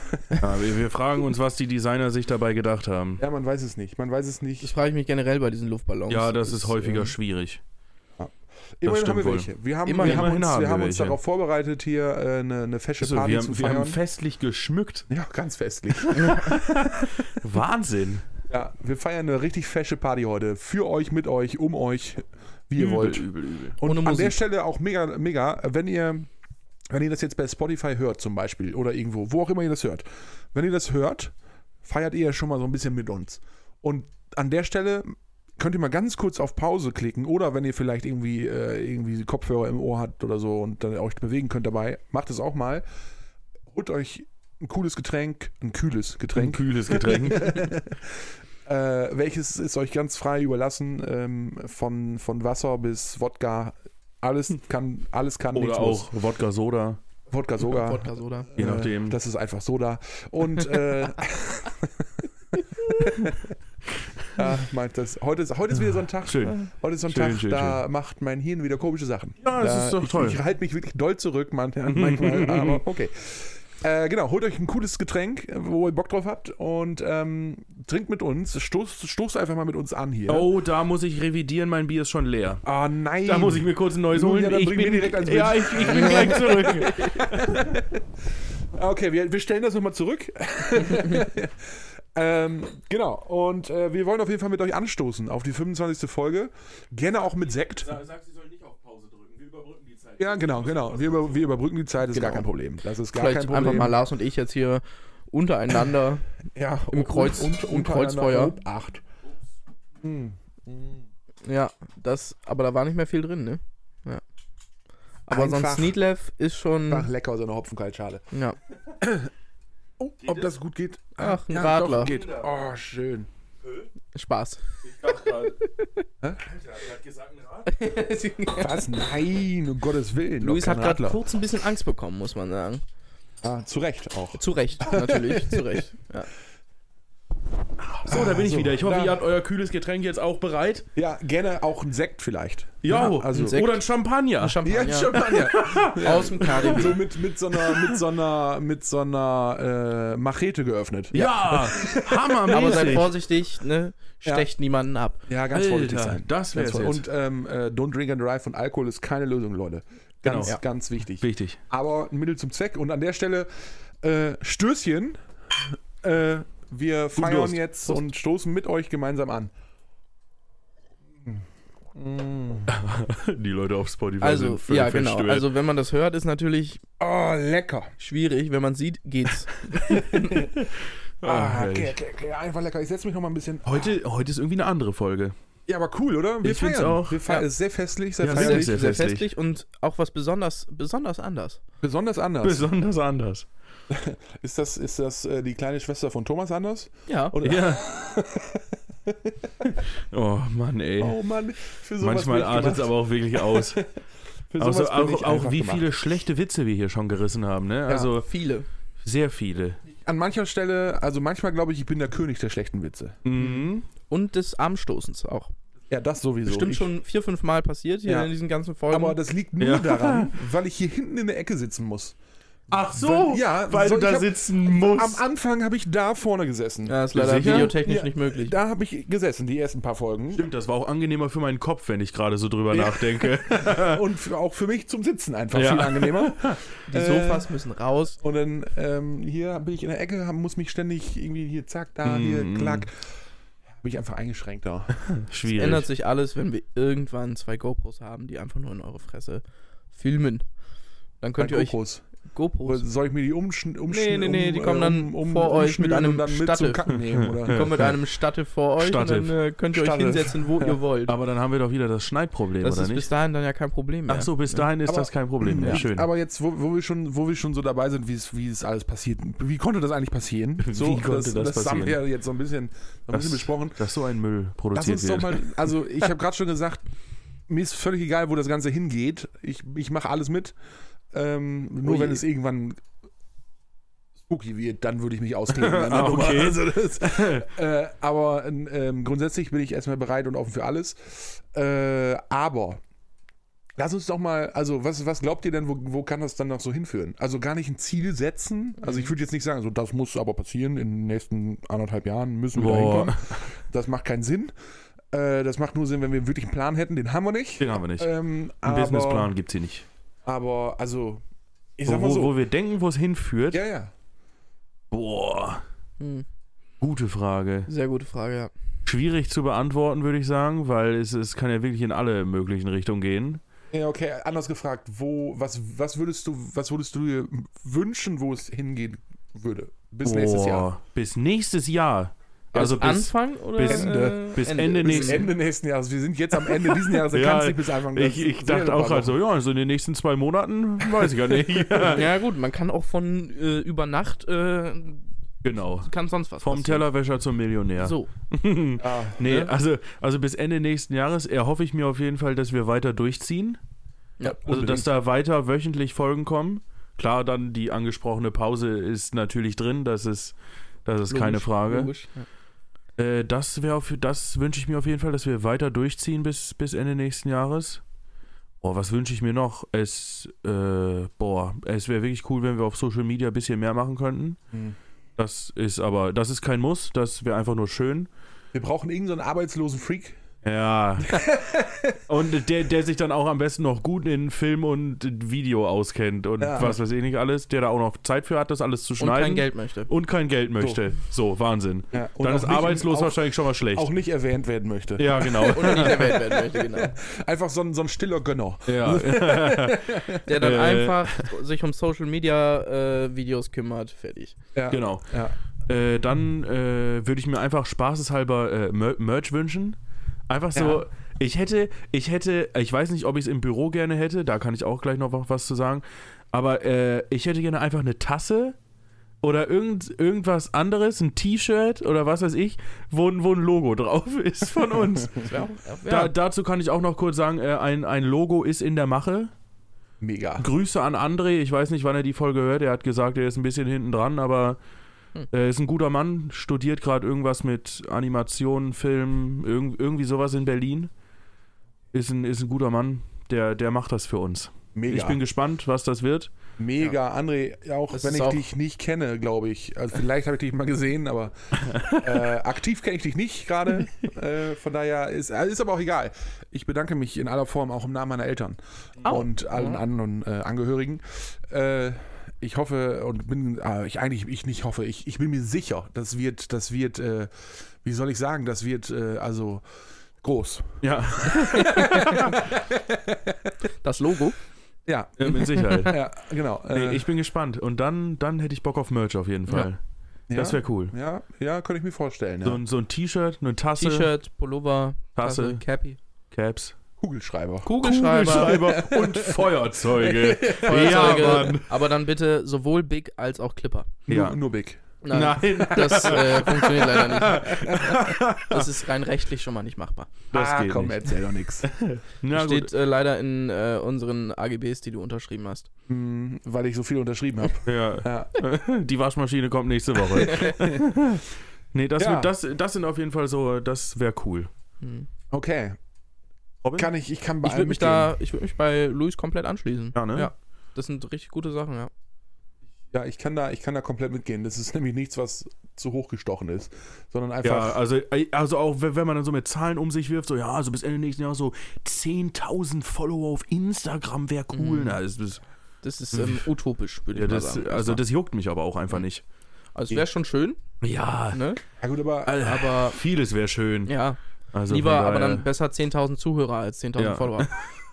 B: Ja, wir, wir fragen uns, was die Designer sich dabei gedacht haben.
A: ja, man weiß es nicht. Man weiß es nicht.
C: Das frage ich mich generell bei diesen Luftballons.
B: Ja, das ist häufiger
C: ähm,
B: schwierig.
A: Immerhin
B: stimmt
A: haben wir
B: wohl.
A: welche. Wir haben,
C: Immerhin-
A: wir haben,
B: immerhin
A: uns,
B: haben
A: wir
B: wir
A: haben uns
B: welche.
A: darauf vorbereitet, hier äh, eine, eine fesche
B: Also,
A: Party
B: wir,
A: zu
B: haben, wir
A: feiern.
B: haben festlich geschmückt.
A: ja, ganz festlich.
B: Wahnsinn.
A: ja, wir feiern eine richtig fesche Party heute. Für euch, mit euch, um euch, wie ihr
B: Übel,
A: wollt.
B: übel, übel.
A: Und
C: Ohne
A: an
C: Musik.
A: der Stelle auch mega, mega, wenn ihr, wenn ihr das jetzt bei Spotify hört zum Beispiel oder irgendwo, wo auch immer ihr das hört, wenn ihr das hört, feiert ihr ja schon mal so ein bisschen mit uns. Und an der Stelle könnt ihr mal ganz kurz auf Pause klicken oder wenn ihr vielleicht irgendwie, äh, irgendwie Kopfhörer im Ohr habt oder so und dann euch bewegen könnt dabei, macht es auch mal. Holt euch ein cooles Getränk, ein kühles
B: Ein
A: Getränk,
B: kühles Getränk.
A: äh, welches ist euch ganz frei überlassen, ähm, von, von Wasser bis Wodka. Alles kann, alles kann
B: Hm.
A: nichts
B: Oder
A: muss.
B: auch Wodka Soda,
A: Wodka Soga.
C: Podcast, oder?
B: je
A: Äh,
B: nachdem.
A: Das ist einfach Soda. Und
B: [laughs]
A: äh, [laughs] ja, Ah, meint das. Heute ist, heute ist wieder so ein Tag.
B: Schön.
A: Heute ist so ein
B: Schön,
A: Tag,
B: schön,
A: da macht mein Hirn wieder komische Sachen.
B: Ja,
A: da,
B: es ist doch
A: ich,
B: toll.
A: Ich halte mich wirklich doll zurück, man, [laughs] manchmal, aber okay. Äh, genau, holt euch ein cooles Getränk, wo ihr Bock drauf habt und ähm, trinkt mit uns. Stoßt, stoßt einfach mal mit uns an hier.
B: Oh, da muss ich revidieren, mein Bier ist schon leer.
A: Ah, nein.
B: Da muss ich mir kurz ein neues
A: Ja,
B: holen.
A: dann
B: ich
A: bring mir direkt eins mit.
B: ja, ich, ich bin gleich zurück.
A: Okay, wir, wir stellen das nochmal
B: [laughs]
A: zurück. ähm, genau, und äh, wir wollen auf jeden Fall mit euch anstoßen auf die 25. Folge. Gerne auch mit Sekt.
B: sie sollen nicht auf Pause drücken. Wir überbrücken die Zeit.
A: Ja, genau, genau. Wir, über, wir überbrücken die Zeit, ist gar
C: Genau.
A: kein Problem. Das ist gar
C: Vielleicht
A: kein Problem.
C: einfach mal Lars und ich jetzt hier untereinander.
A: ja,
C: im
A: und-
C: Kreuz- im
A: untereinander
C: Kreuzfeuer.
A: Ob Acht. Hm.
C: ja, das, aber da war nicht mehr viel drin, ne? Ja. Aber
A: Einfach-
C: sonst Niedlev ist schon.
A: Ach, lecker, so eine Hopfenkaltschale.
C: Ja.
A: Oh, ob das gut geht?
C: Ach, ein
A: doch,
C: Radler.
A: geht. Oh, schön. [laughs]
C: Spaß.
B: Ich dachte gerade. Alter, er hat gesagt, ne, ah. ein Rad.
A: Was? Nein, um Gottes Willen. Doch
C: Luis
A: kein
C: hat gerade
A: Radler.
C: kurz ein bisschen Angst bekommen, muss man sagen.
A: Ah, zu Recht auch.
C: Zu Recht, natürlich, zu Recht. Ja.
B: So, da bin ich
A: so,
B: wieder. Ich hoffe,
A: da-
B: ihr habt euer kühles Getränk jetzt auch bereit.
A: Ja, gerne auch ein Sekt vielleicht.
B: Jo,
A: Ja, also-
B: ein Sekt. oder ein Champagner.
A: Ja,
C: Champagner
A: Champagner.
C: aus dem Karibik.
A: so mit, mit so einer, mit so einer, mit so einer äh, Machete geöffnet.
B: ja, [laughs] hammermäßig.
C: Aber seid vorsichtig, ne?
A: Ja.
C: Stecht niemanden ab.
A: Ja, ganz
B: Alter,
A: vorsichtig sein.
B: das
A: Ganz
B: wär's
A: vorsichtig. Und ähm, äh, don't drink and drive und Alkohol ist keine Lösung, Leute. Ganz,
B: Genau. Ja.
A: ganz wichtig.
B: Wichtig.
A: Aber ein Mittel zum Zweck. Und an der Stelle äh, Stößchen. Äh, wir feiern
B: Durst.
A: jetzt und stoßen mit euch gemeinsam an.
B: Die Leute auf Spotify
C: Also,
B: sind
C: ja, genau. Also, wenn man das hört, ist natürlich
A: Oh, lecker.
C: schwierig. Wenn man sieht, geht's.
A: Ah, okay, okay, okay. Einfach lecker. Ich setze mich noch mal ein bisschen.
B: heute, heute ist irgendwie eine andere Folge.
A: Ja, aber cool, oder?
B: Ich find's auch.
A: Wir feiern.
C: Ja.
A: Ist sehr festlich, sehr
B: Ja,
A: feierlich.
B: sehr,
C: sehr
B: festlich.
C: festlich und auch was besonders, besonders anders.
A: Besonders anders.
B: Besonders anders.
A: Ist das, ist das äh, die kleine Schwester von Thomas anders?
C: Ja.
A: Oder-
B: Ja.
A: [laughs]
B: oh Mann, ey.
A: Oh Mann, für sowas
B: Manchmal
A: bin ich
B: artet es
A: gemacht.
B: aber auch wirklich aus.
A: Für [laughs] sowas
B: Also
A: bin
B: auch,
A: ich
B: auch
A: einfach
B: wie
A: gemacht.
B: viele schlechte Witze wir hier schon gerissen haben, ne? Also
C: Viele.
B: sehr viele.
A: An mancher Stelle, also manchmal glaube ich, ich bin der König der schlechten Witze.
B: Mhm.
C: Und des Armstoßens auch.
A: Ja, das sowieso.
C: Bestimmt
A: ich,
C: schon vier, fünf Mal passiert hier
A: Ja.
C: in diesen ganzen Folgen.
A: Aber das liegt nur
B: Ja. [laughs]
A: daran, weil ich hier hinten in der Ecke sitzen muss.
B: Ach
A: so, weil du da
B: sitzen
A: Am Anfang habe ich da vorne gesessen.
C: ja, ist leider
B: Sicher?
C: videotechnisch
A: Ja,
C: nicht möglich.
A: Da habe ich gesessen, die ersten paar Folgen.
B: Stimmt, das war auch angenehmer für meinen Kopf, wenn ich gerade so drüber nachdenke.
A: [laughs] Und für, auch für mich zum Sitzen einfach
B: Ja.
A: viel
B: [laughs]
A: angenehmer.
C: Die
B: äh,
C: Sofas müssen raus.
A: Und dann ähm, hier bin ich in der Ecke, hab- muss mich ständig irgendwie hier zack, da,
B: Mhm.
A: hier, klack. Bin ich einfach eingeschränkt da.
B: Schwierig.
C: Ändert sich alles, wenn wir irgendwann zwei GoPros haben, die einfach nur in eure Fresse filmen. Dann könnt ihr euch
A: Kokos. Oder
C: GoPros
A: soll ich mir die um, umschneiden?
C: Nee, nee, nee, die
A: äh,
C: kommen dann vor euch mit einem
A: mit
C: Statte.
A: zum Kacken nehmen,
B: [laughs]
A: oder?
C: kommen mit einem Statte vor euch
B: Stative.
C: und dann äh, könnt ihr euch
A: Stative.
C: hinsetzen, wo ihr wollt.
B: Aber dann haben wir doch wieder das Schneidproblem,
C: das
B: oder
C: ist bis
B: nicht?
C: dahin dann ja kein Problem mehr.
B: Ach so, bis dahin ist
A: Aber-
B: das kein Problem mehr.
A: [clears throat] Ja.
B: Schön.
A: Aber jetzt, wo, wo, wir schon, wo wir schon so dabei sind, wie es, wie es alles passiert, wie konnte das eigentlich
B: [laughs]
A: passieren? So,
B: Wie konnte das
A: haben wir ja jetzt so ein bisschen, so ein bisschen besprochen.
B: dass so ein Müll
A: Lass
B: produziert
A: uns doch
B: wird. [laughs]
A: mal, also ich habe gerade schon gesagt, mir ist völlig egal, wo das Ganze hingeht. Ich, ich mache alles mit. Ähm, nur
B: Oh,
C: Ui.
A: wenn es irgendwann spooky wird, dann würde ich mich
B: [laughs]
A: ausklinken. an der
B: Ah,
A: Nummer. [laughs]
B: okay.
A: Also
B: [laughs]
A: das, äh, aber ähm, grundsätzlich bin ich erstmal bereit und offen für alles. Äh, aber lass uns doch mal, also was, was glaubt ihr denn, wo, wo kann das dann noch so hinführen? Also gar nicht ein Ziel setzen. Also
B: Mhm.
A: ich würde jetzt nicht sagen, so das muss aber passieren, in den nächsten anderthalb Jahren müssen wir da
B: Boah.
A: hinkommen. Das macht keinen Sinn. Äh, das macht nur Sinn, wenn wir wirklich einen Plan hätten. Den haben wir nicht.
B: Den haben wir nicht.
A: Ähm,
B: Einen
A: aber,
B: Businessplan gibt es hier nicht.
A: Aber, also, ich
B: Wo,
A: sag mal
B: wo,
A: so.
B: wo wir denken, wo es hinführt.
A: Ja, ja.
B: Boah,
C: Hm,
B: gute Frage.
C: sehr gute Frage, ja.
B: Schwierig zu beantworten, würde ich sagen, weil es, es kann ja wirklich in alle möglichen Richtungen gehen.
A: Ja, okay, anders gefragt. Wo, was, was würdest du, was würdest du dir wünschen, wo es hingehen würde? Bis nächstes
B: Boah.
A: Jahr.
B: Bis nächstes Jahr. Also
C: Bis
B: bis,
C: Anfang oder äh,
B: bis
A: Ende.
B: bis
A: Bis
B: Ende, nächsten
A: Ende nächsten Jahres. Wir sind jetzt am Ende
B: [laughs]
A: diesen Jahres. Da
B: Ja,
A: kannst du nicht bis Anfang
B: Ich,
A: des-
B: ich dachte auch gerade so, ja, so in den nächsten zwei Monaten, weiß ich gar
C: [laughs]
B: nicht.
C: Ja gut, man kann auch von äh, über Nacht äh,
B: genau.
C: kann sonst was
B: Vom
C: passieren.
B: Tellerwäscher zum Millionär.
C: So,
A: Ah,
B: [laughs] Nee,
C: Ne?
B: also, also bis Ende nächsten Jahres erhoffe ich mir auf jeden Fall, dass wir weiter durchziehen.
C: Ja,
B: also, dass da weiter wöchentlich Folgen kommen. Klar, dann die angesprochene Pause ist natürlich drin, das ist, das ist keine
C: logisch,
B: Frage.
C: Logisch, ja.
B: Äh, das wäre auf, das wünsche ich mir auf jeden Fall, dass wir weiter durchziehen bis, bis Ende nächsten Jahres. Boah, was wünsche ich mir noch? Es, äh, boah, es wäre wirklich cool, wenn wir auf Social Media ein bisschen mehr machen könnten.
A: Hm.
B: Das ist aber, das ist kein Muss, das wäre einfach nur schön.
A: wir brauchen irgendeinen arbeitslosen Freak. [laughs]
B: Ja. und der, der sich dann auch am besten noch gut in Film und Video auskennt und
A: Ja.
B: was weiß ich nicht alles, der da auch noch Zeit für hat, das alles zu
C: Und
B: schneiden.
C: kein Geld möchte.
B: Und kein Geld möchte. So, Wahnsinn.
A: Ja, und
B: dann
A: auch
B: ist
A: nicht-
B: arbeitslos
A: auch-
B: wahrscheinlich schon mal schlecht.
A: Auch nicht erwähnt werden möchte.
B: ja,
A: [laughs]
B: genau.
C: [laughs] Oder nicht erwähnt werden möchte, genau.
A: Einfach so ein, so ein stiller Gönner.
B: ja.
C: Der dann
B: Äh.
C: einfach sich um Social Media äh, Videos kümmert, fertig.
A: Ja.
B: Genau.
A: Ja.
B: Äh, dann äh, würde ich mir einfach spaßeshalber äh, Mer Merch wünschen. Einfach so,
A: Ja.
B: ich hätte, ich hätte, ich weiß nicht, ob ich es im Büro gerne hätte, da kann ich auch gleich noch wa- was zu sagen, aber äh, ich hätte gerne einfach eine Tasse oder irgend, irgendwas anderes, ein T-Shirt oder was weiß ich, wo, ein- wo ein Logo drauf ist von uns.
C: Das wär auch,
B: Da, dazu kann ich auch noch kurz sagen, äh, ein, ein Logo ist in der Mache.
A: Mega.
B: Grüße an André. Ich weiß nicht, wann er die Folge hört. Er hat gesagt, er ist ein bisschen hinten dran, aber
C: Hm.
B: Äh, ist ein guter Mann, studiert gerade irgendwas mit Animationen, Film, irg irgendwie sowas in Berlin. Ist ein, ist ein guter Mann, der, der macht das für uns.
A: Mega.
B: Ich bin gespannt, was das wird.
A: Mega, André, auch
C: Das
A: wenn
C: ist
A: ich
C: auch-
A: dich nicht kenne, glaube ich. Also vielleicht habe ich dich mal gesehen, aber äh, aktiv kenne ich dich nicht gerade. Äh, von daher ist, äh, ist aber auch egal. Ich bedanke mich in aller Form auch im Namen meiner Eltern und allen anderen äh, Angehörigen. Äh, ich hoffe und bin äh, ich eigentlich ich nicht hoffe, ich, ich bin mir sicher, das wird das wird äh, wie soll ich sagen, das wird äh, also groß.
B: Ja,
C: Das Logo.
A: Ja,
B: äh,
A: [laughs]
B: mit Sicherheit.
A: ja, genau.
B: Nee,
A: Äh,
B: ich bin gespannt. Und dann, dann hätte ich Bock auf Merch auf jeden Fall.
A: Äh, ja,
B: Das wäre cool.
A: ja, ja, könnte ich mir vorstellen.
B: So
A: Ja.
B: ein, so ein T-Shirt, eine Tasse,
C: T-Shirt, Pullover,
B: Tasse.
C: Tasse, Cappy.
B: Caps,
A: Kugelschreiber.
C: Kugelschreiber.
B: und Feuerzeuge.
C: [laughs] Feuerzeuge,
B: Ja, Mann.
C: aber dann bitte sowohl Big als auch Clipper.
B: Ja.
A: Nur, nur Big.
C: [laughs]
B: Nein,
C: Das äh, funktioniert leider nicht.
B: [laughs]
C: Das ist rein rechtlich schon mal nicht machbar.
B: das geht
A: Ah, komm,
B: nicht.
A: erzähl doch
B: [laughs]
A: nichts.
B: Ah, Na gut.
C: Steht äh, leider in äh, unseren AGBs, die du unterschrieben hast.
A: Hm, weil ich so viel unterschrieben habe.
B: Ja.
A: Ja.
B: [laughs] Die Waschmaschine kommt nächste Woche. nee, das,
A: Ja.
B: wird, das, das sind auf jeden Fall so, das wäre cool.
C: Hm.
A: Okay.
B: Robin?
A: Kann ich, ich kann bei
C: Ich würde
A: allem
C: mich da, ich würde mich bei Luis komplett anschließen.
B: Ja, ne?
C: Ja. Das sind richtig gute Sachen, ja.
A: mitgehen. Ja, ich kann da, ich kann da komplett mitgehen. Das ist [laughs] nämlich nichts, was zu hoch gestochen ist, sondern
B: Ja,
A: einfach.
B: also, also auch wenn wenn man dann so mit Zahlen um sich wirft, so ja, also bis Ende nächsten Jahres so 10.000 Follower auf Instagram wäre cool.
C: Mhm.
B: Na, das, das, [laughs]
C: Das ist ähm, utopisch, würde ich
B: ja,
C: mal
B: das,
C: sagen.
B: also das juckt mich aber auch einfach nicht.
C: also es wäre schon schön,
B: Ja,
C: ne?
A: Ja, gut, aber
B: Alter,
C: Aber
B: vieles wäre schön.
C: ja,
B: Also
C: lieber,
B: von daher-
C: aber dann besser 10.000 Zuhörer als 10.000
B: Ja.
C: Follower.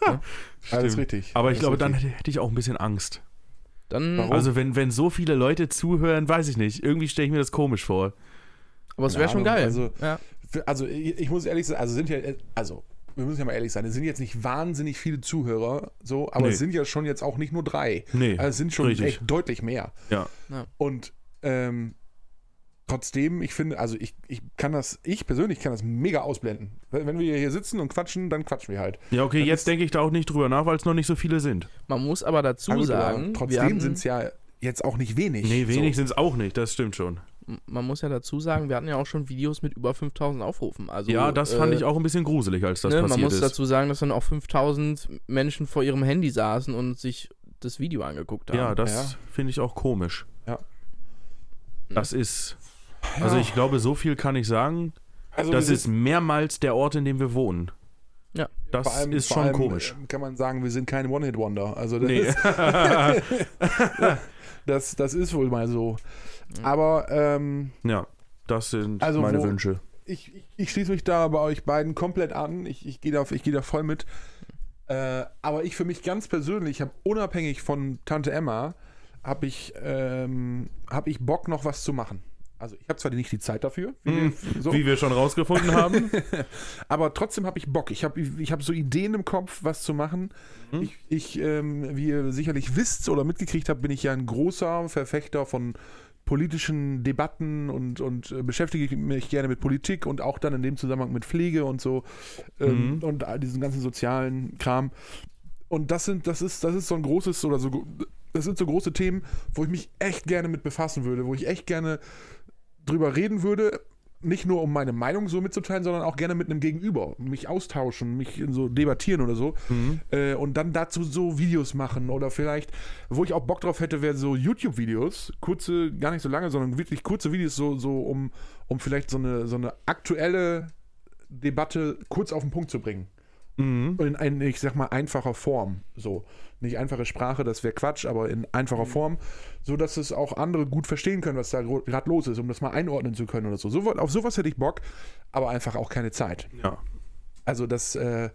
A: alles
B: stimmt.
A: richtig.
B: Aber ich
A: Alles
B: glaube, dann
A: richtig.
B: hätte ich auch ein bisschen Angst. [laughs]
C: Dann,
A: Warum?
B: Also wenn, wenn so viele Leute zuhören, weiß ich nicht. Irgendwie stelle ich mir das komisch vor.
C: aber es wäre
A: Keine
C: schon
A: Ahnung,
C: geil.
A: also-
C: ja.
A: Für- Also, ich, ich muss ehrlich sein, also sind ja, also. Wir müssen ja mal ehrlich sein, es sind jetzt nicht wahnsinnig viele Zuhörer, so, aber
B: Nee.
A: es sind ja schon jetzt auch nicht nur drei.
B: Nee,
A: Also es sind schon
B: richtig.
A: echt deutlich mehr.
B: Ja.
C: Ja.
A: Und ähm, trotzdem, ich finde, also ich, ich kann das, ich persönlich kann das mega ausblenden. Wenn wenn wir hier sitzen und quatschen, dann quatschen wir halt.
B: Ja, okay,
A: Das
B: jetzt
A: ist-
B: denke ich da auch nicht drüber nach, weil es noch nicht so viele sind.
C: Man muss aber dazu
A: Na gut, aber
C: sagen, wir
A: trotzdem
C: hatten,
A: sind es ja jetzt auch nicht wenig.
B: Nee, wenig
A: So.
B: sind es auch nicht, das stimmt schon.
C: man muss ja dazu sagen, wir hatten ja auch schon Videos mit über 5000 Aufrufen. Also,
B: ja,
A: äh,
B: das fand ich auch ein bisschen gruselig, als das
C: ne,
B: passiert
C: man muss
B: ist.
C: dazu sagen, dass dann auch 5000 Menschen vor ihrem Handy saßen und sich das Video angeguckt haben.
B: ja, das
A: Ja.
B: finde ich auch komisch.
A: Ja.
B: Das ist. Also ich glaube, so viel kann ich sagen.
A: Also
B: das
A: wir
B: ist mehrmals der Ort, in dem wir wohnen.
C: Ja.
B: Das
A: vor allem-
B: ist
A: vor
B: schon
A: allem,
B: komisch.
A: äh, Kann man sagen, wir sind kein One-Hit-Wonder. Also das,
B: Nee. [laughs]
A: ist, [laughs] das, das ist wohl mal so. Aber ähm,
B: ja, das sind
A: Also
B: meine
A: wo-
B: Wünsche.
A: ich, ich, ich schließe mich da bei euch beiden komplett an. Ich, ich gehe da, ich geh da voll mit. Äh, aber ich für mich ganz persönlich habe unabhängig von Tante Emma, habe ich, ähm, hab ich Bock noch was zu machen. Also ich habe zwar nicht die Zeit dafür, wie wir, so,
B: Wie wir schon rausgefunden haben.
A: [laughs] aber trotzdem habe ich Bock. Ich habe ich hab so Ideen im Kopf, was zu machen. Ich, ich ähm, wie ihr sicherlich wisst oder mitgekriegt habt, bin ich ja ein großer Verfechter von politischen Debatten und, und äh, beschäftige mich gerne mit Politik und auch dann in dem Zusammenhang mit Pflege und so ähm,
B: Mhm.
A: und all diesen ganzen sozialen Kram. Und das sind, das ist, das ist so ein großes oder so, gro- das sind so große Themen, wo ich mich echt gerne mit befassen würde, wo ich echt gerne drüber reden würde, nicht nur um meine Meinung so mitzuteilen, sondern auch gerne mit einem Gegenüber, mich austauschen, mich in so debattieren oder so äh, und dann dazu so Videos machen oder vielleicht, wo ich auch Bock drauf hätte, wäre so YouTube-Videos, kurze, gar nicht so lange, sondern wirklich kurze Videos, so, so um, um vielleicht so eine, so eine aktuelle Debatte kurz auf den Punkt zu bringen
B: mhm.
A: in, ein, ich sag mal, einfacher Form. So. Nicht einfache Sprache, das wäre Quatsch, aber in einfacher Form, so dass es auch andere gut verstehen können, was da gerade los ist, um das mal einordnen zu können oder so. so. Auf sowas hätte ich Bock, aber einfach auch keine Zeit.
B: Ja.
A: Also das, äh,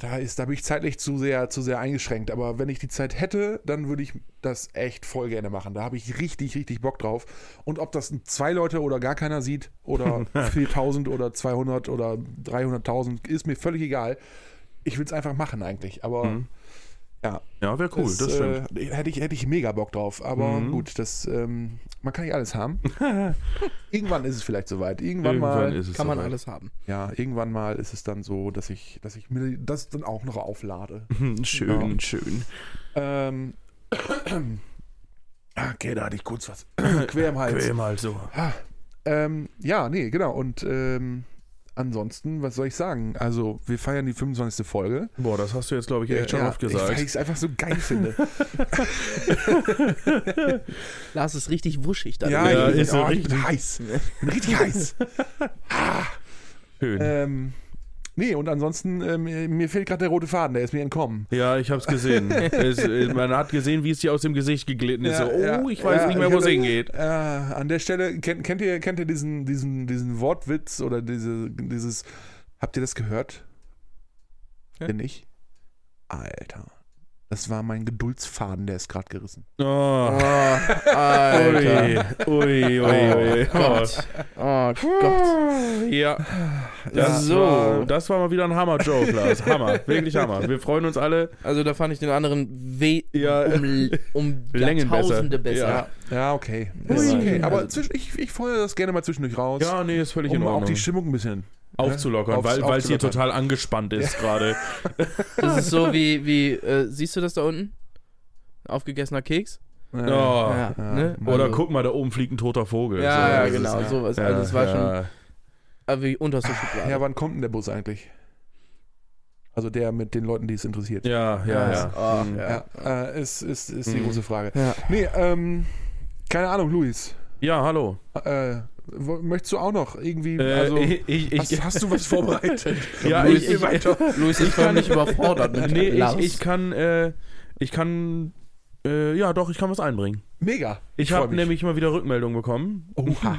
A: da ist, da bin ich zeitlich zu sehr, zu sehr eingeschränkt. Aber wenn ich die Zeit hätte, dann würde ich das echt voll gerne machen. Da habe ich richtig, richtig Bock drauf. Und ob das zwei Leute oder gar keiner sieht
B: [laughs]
A: oder 4000 oder 200 oder 300.000, ist mir völlig egal. Ich will es einfach machen eigentlich. Aber
B: Mhm.
A: ja,
B: Ja, wäre cool,
A: es,
B: das stimmt.
A: äh, hätte, ich, hätte ich mega Bock drauf. Aber
B: Mhm.
A: gut, das, ähm, man kann nicht alles
B: [laughs]
A: haben. Irgendwann ist es vielleicht soweit. Irgendwann, mal
B: ist es
C: Kann man
B: soweit.
C: alles haben.
A: ja, irgendwann mal ist es dann so, dass ich, dass ich mir das dann auch
B: [laughs]
A: noch auflade.
B: Schön, schön.
A: ähm, [clears throat] Okay, da hatte ich kurz
B: [clears throat]
A: was. [clears throat] Quer im Hals.
B: Quäl mal so.
A: Ähm, ja, nee, genau. Und ähm, ansonsten, was soll ich sagen? Also, wir feiern die 25. Folge.
B: Boah, das hast du jetzt, glaube ich, echt schon
A: Ja,
B: oft
A: Ich,
B: gesagt.
A: weil ich es einfach so geil
B: [laughs]
A: finde.
C: Lars ist richtig wuschig da.
A: ja,
B: Ja,
A: ich,
B: ist so
A: oh, ich bin heiß. Ich bin richtig
B: [laughs]
A: heiß.
B: Schön.
A: Ähm, nee, und ansonsten, ähm, mir fehlt gerade der rote Faden, der ist mir entkommen.
B: Ja, ich hab's gesehen. es, äh, man hat gesehen, wie es dir aus dem Gesicht geglitten ist.
A: Ja,
B: so, oh,
A: ja,
B: ich weiß
A: ja,
B: nicht mehr,
A: ich
B: wo es
A: hatte-
B: hingeht.
A: Äh, an der Stelle, kennt, kennt ihr, kennt ihr diesen, diesen, diesen Wortwitz oder diese, dieses, habt ihr das gehört?
C: Ja.
A: Bin ich? Alter. Das war mein Geduldsfaden, der ist gerade gerissen.
B: Oh.
C: Alter. Oh
B: Ui, ui, ui, ui.
C: Gott. Oh Gott.
B: Ja, das,
C: So.
B: war, das war mal wieder ein Hammer-Joke, Lars. Hammer, wirklich Hammer. Wir freuen uns alle.
C: Also da fand ich den anderen we
B: Ja, ähm,
C: um,
B: [laughs]
C: um
B: Längen besser.
C: Jahrtausende besser.
B: Ja.
A: Ja, okay.
C: Ui.
A: Ist okay. Aber
C: Also-
A: zwischen, ich, ich feuer das gerne mal zwischendurch raus.
B: Ja, nee, ist völlig in
A: um auch
B: Ordnung.
A: die Stimmung ein bisschen.
B: Aufzulockern,
A: Aufs-
B: weil weil es hier
A: aufzulockern.
B: total angespannt ist gerade.
C: Das ist so wie, wie äh, siehst du das da unten? Aufgegessener Keks?
A: Äh,
B: Oh.
C: ja, ne?
A: ja.
B: Oder
C: Also-
B: guck mal, da oben fliegt ein toter Vogel.
C: Ja, ja,
B: ist es.
C: genau,
A: ja.
C: sowas.
B: Ja,
C: also es war schon
B: ja.
C: äh, wie unterste Schublade.
A: Ja, wann kommt denn der Bus eigentlich? Also der mit den Leuten, die es interessiert.
B: Ja, ja, ja.
C: Ach,
B: Mhm.
C: Ah, ja.
A: Ja, äh, ist, ist, ist die
B: Mhm.
A: große Frage.
C: Ja.
A: Nee, ähm, keine Ahnung, Luis.
B: Ja, hallo.
A: Äh, wo- möchtest du auch noch irgendwie,
B: Äh,
A: also,
B: ich, ich,
A: hast, hast du was
B: [laughs]
A: vorbereitet?
B: ja,
C: Luis,
B: ich, ich,
C: Luis ist
B: kann-
C: kann nicht überfordert mit
B: [laughs] nee, ich,
C: Lars.
B: ich kann, äh, ich kann, äh, ja doch, ich kann was einbringen.
A: Mega.
B: Ich
A: freu
B: habe
A: mich.
B: nämlich mal wieder Rückmeldung bekommen
A: Oha.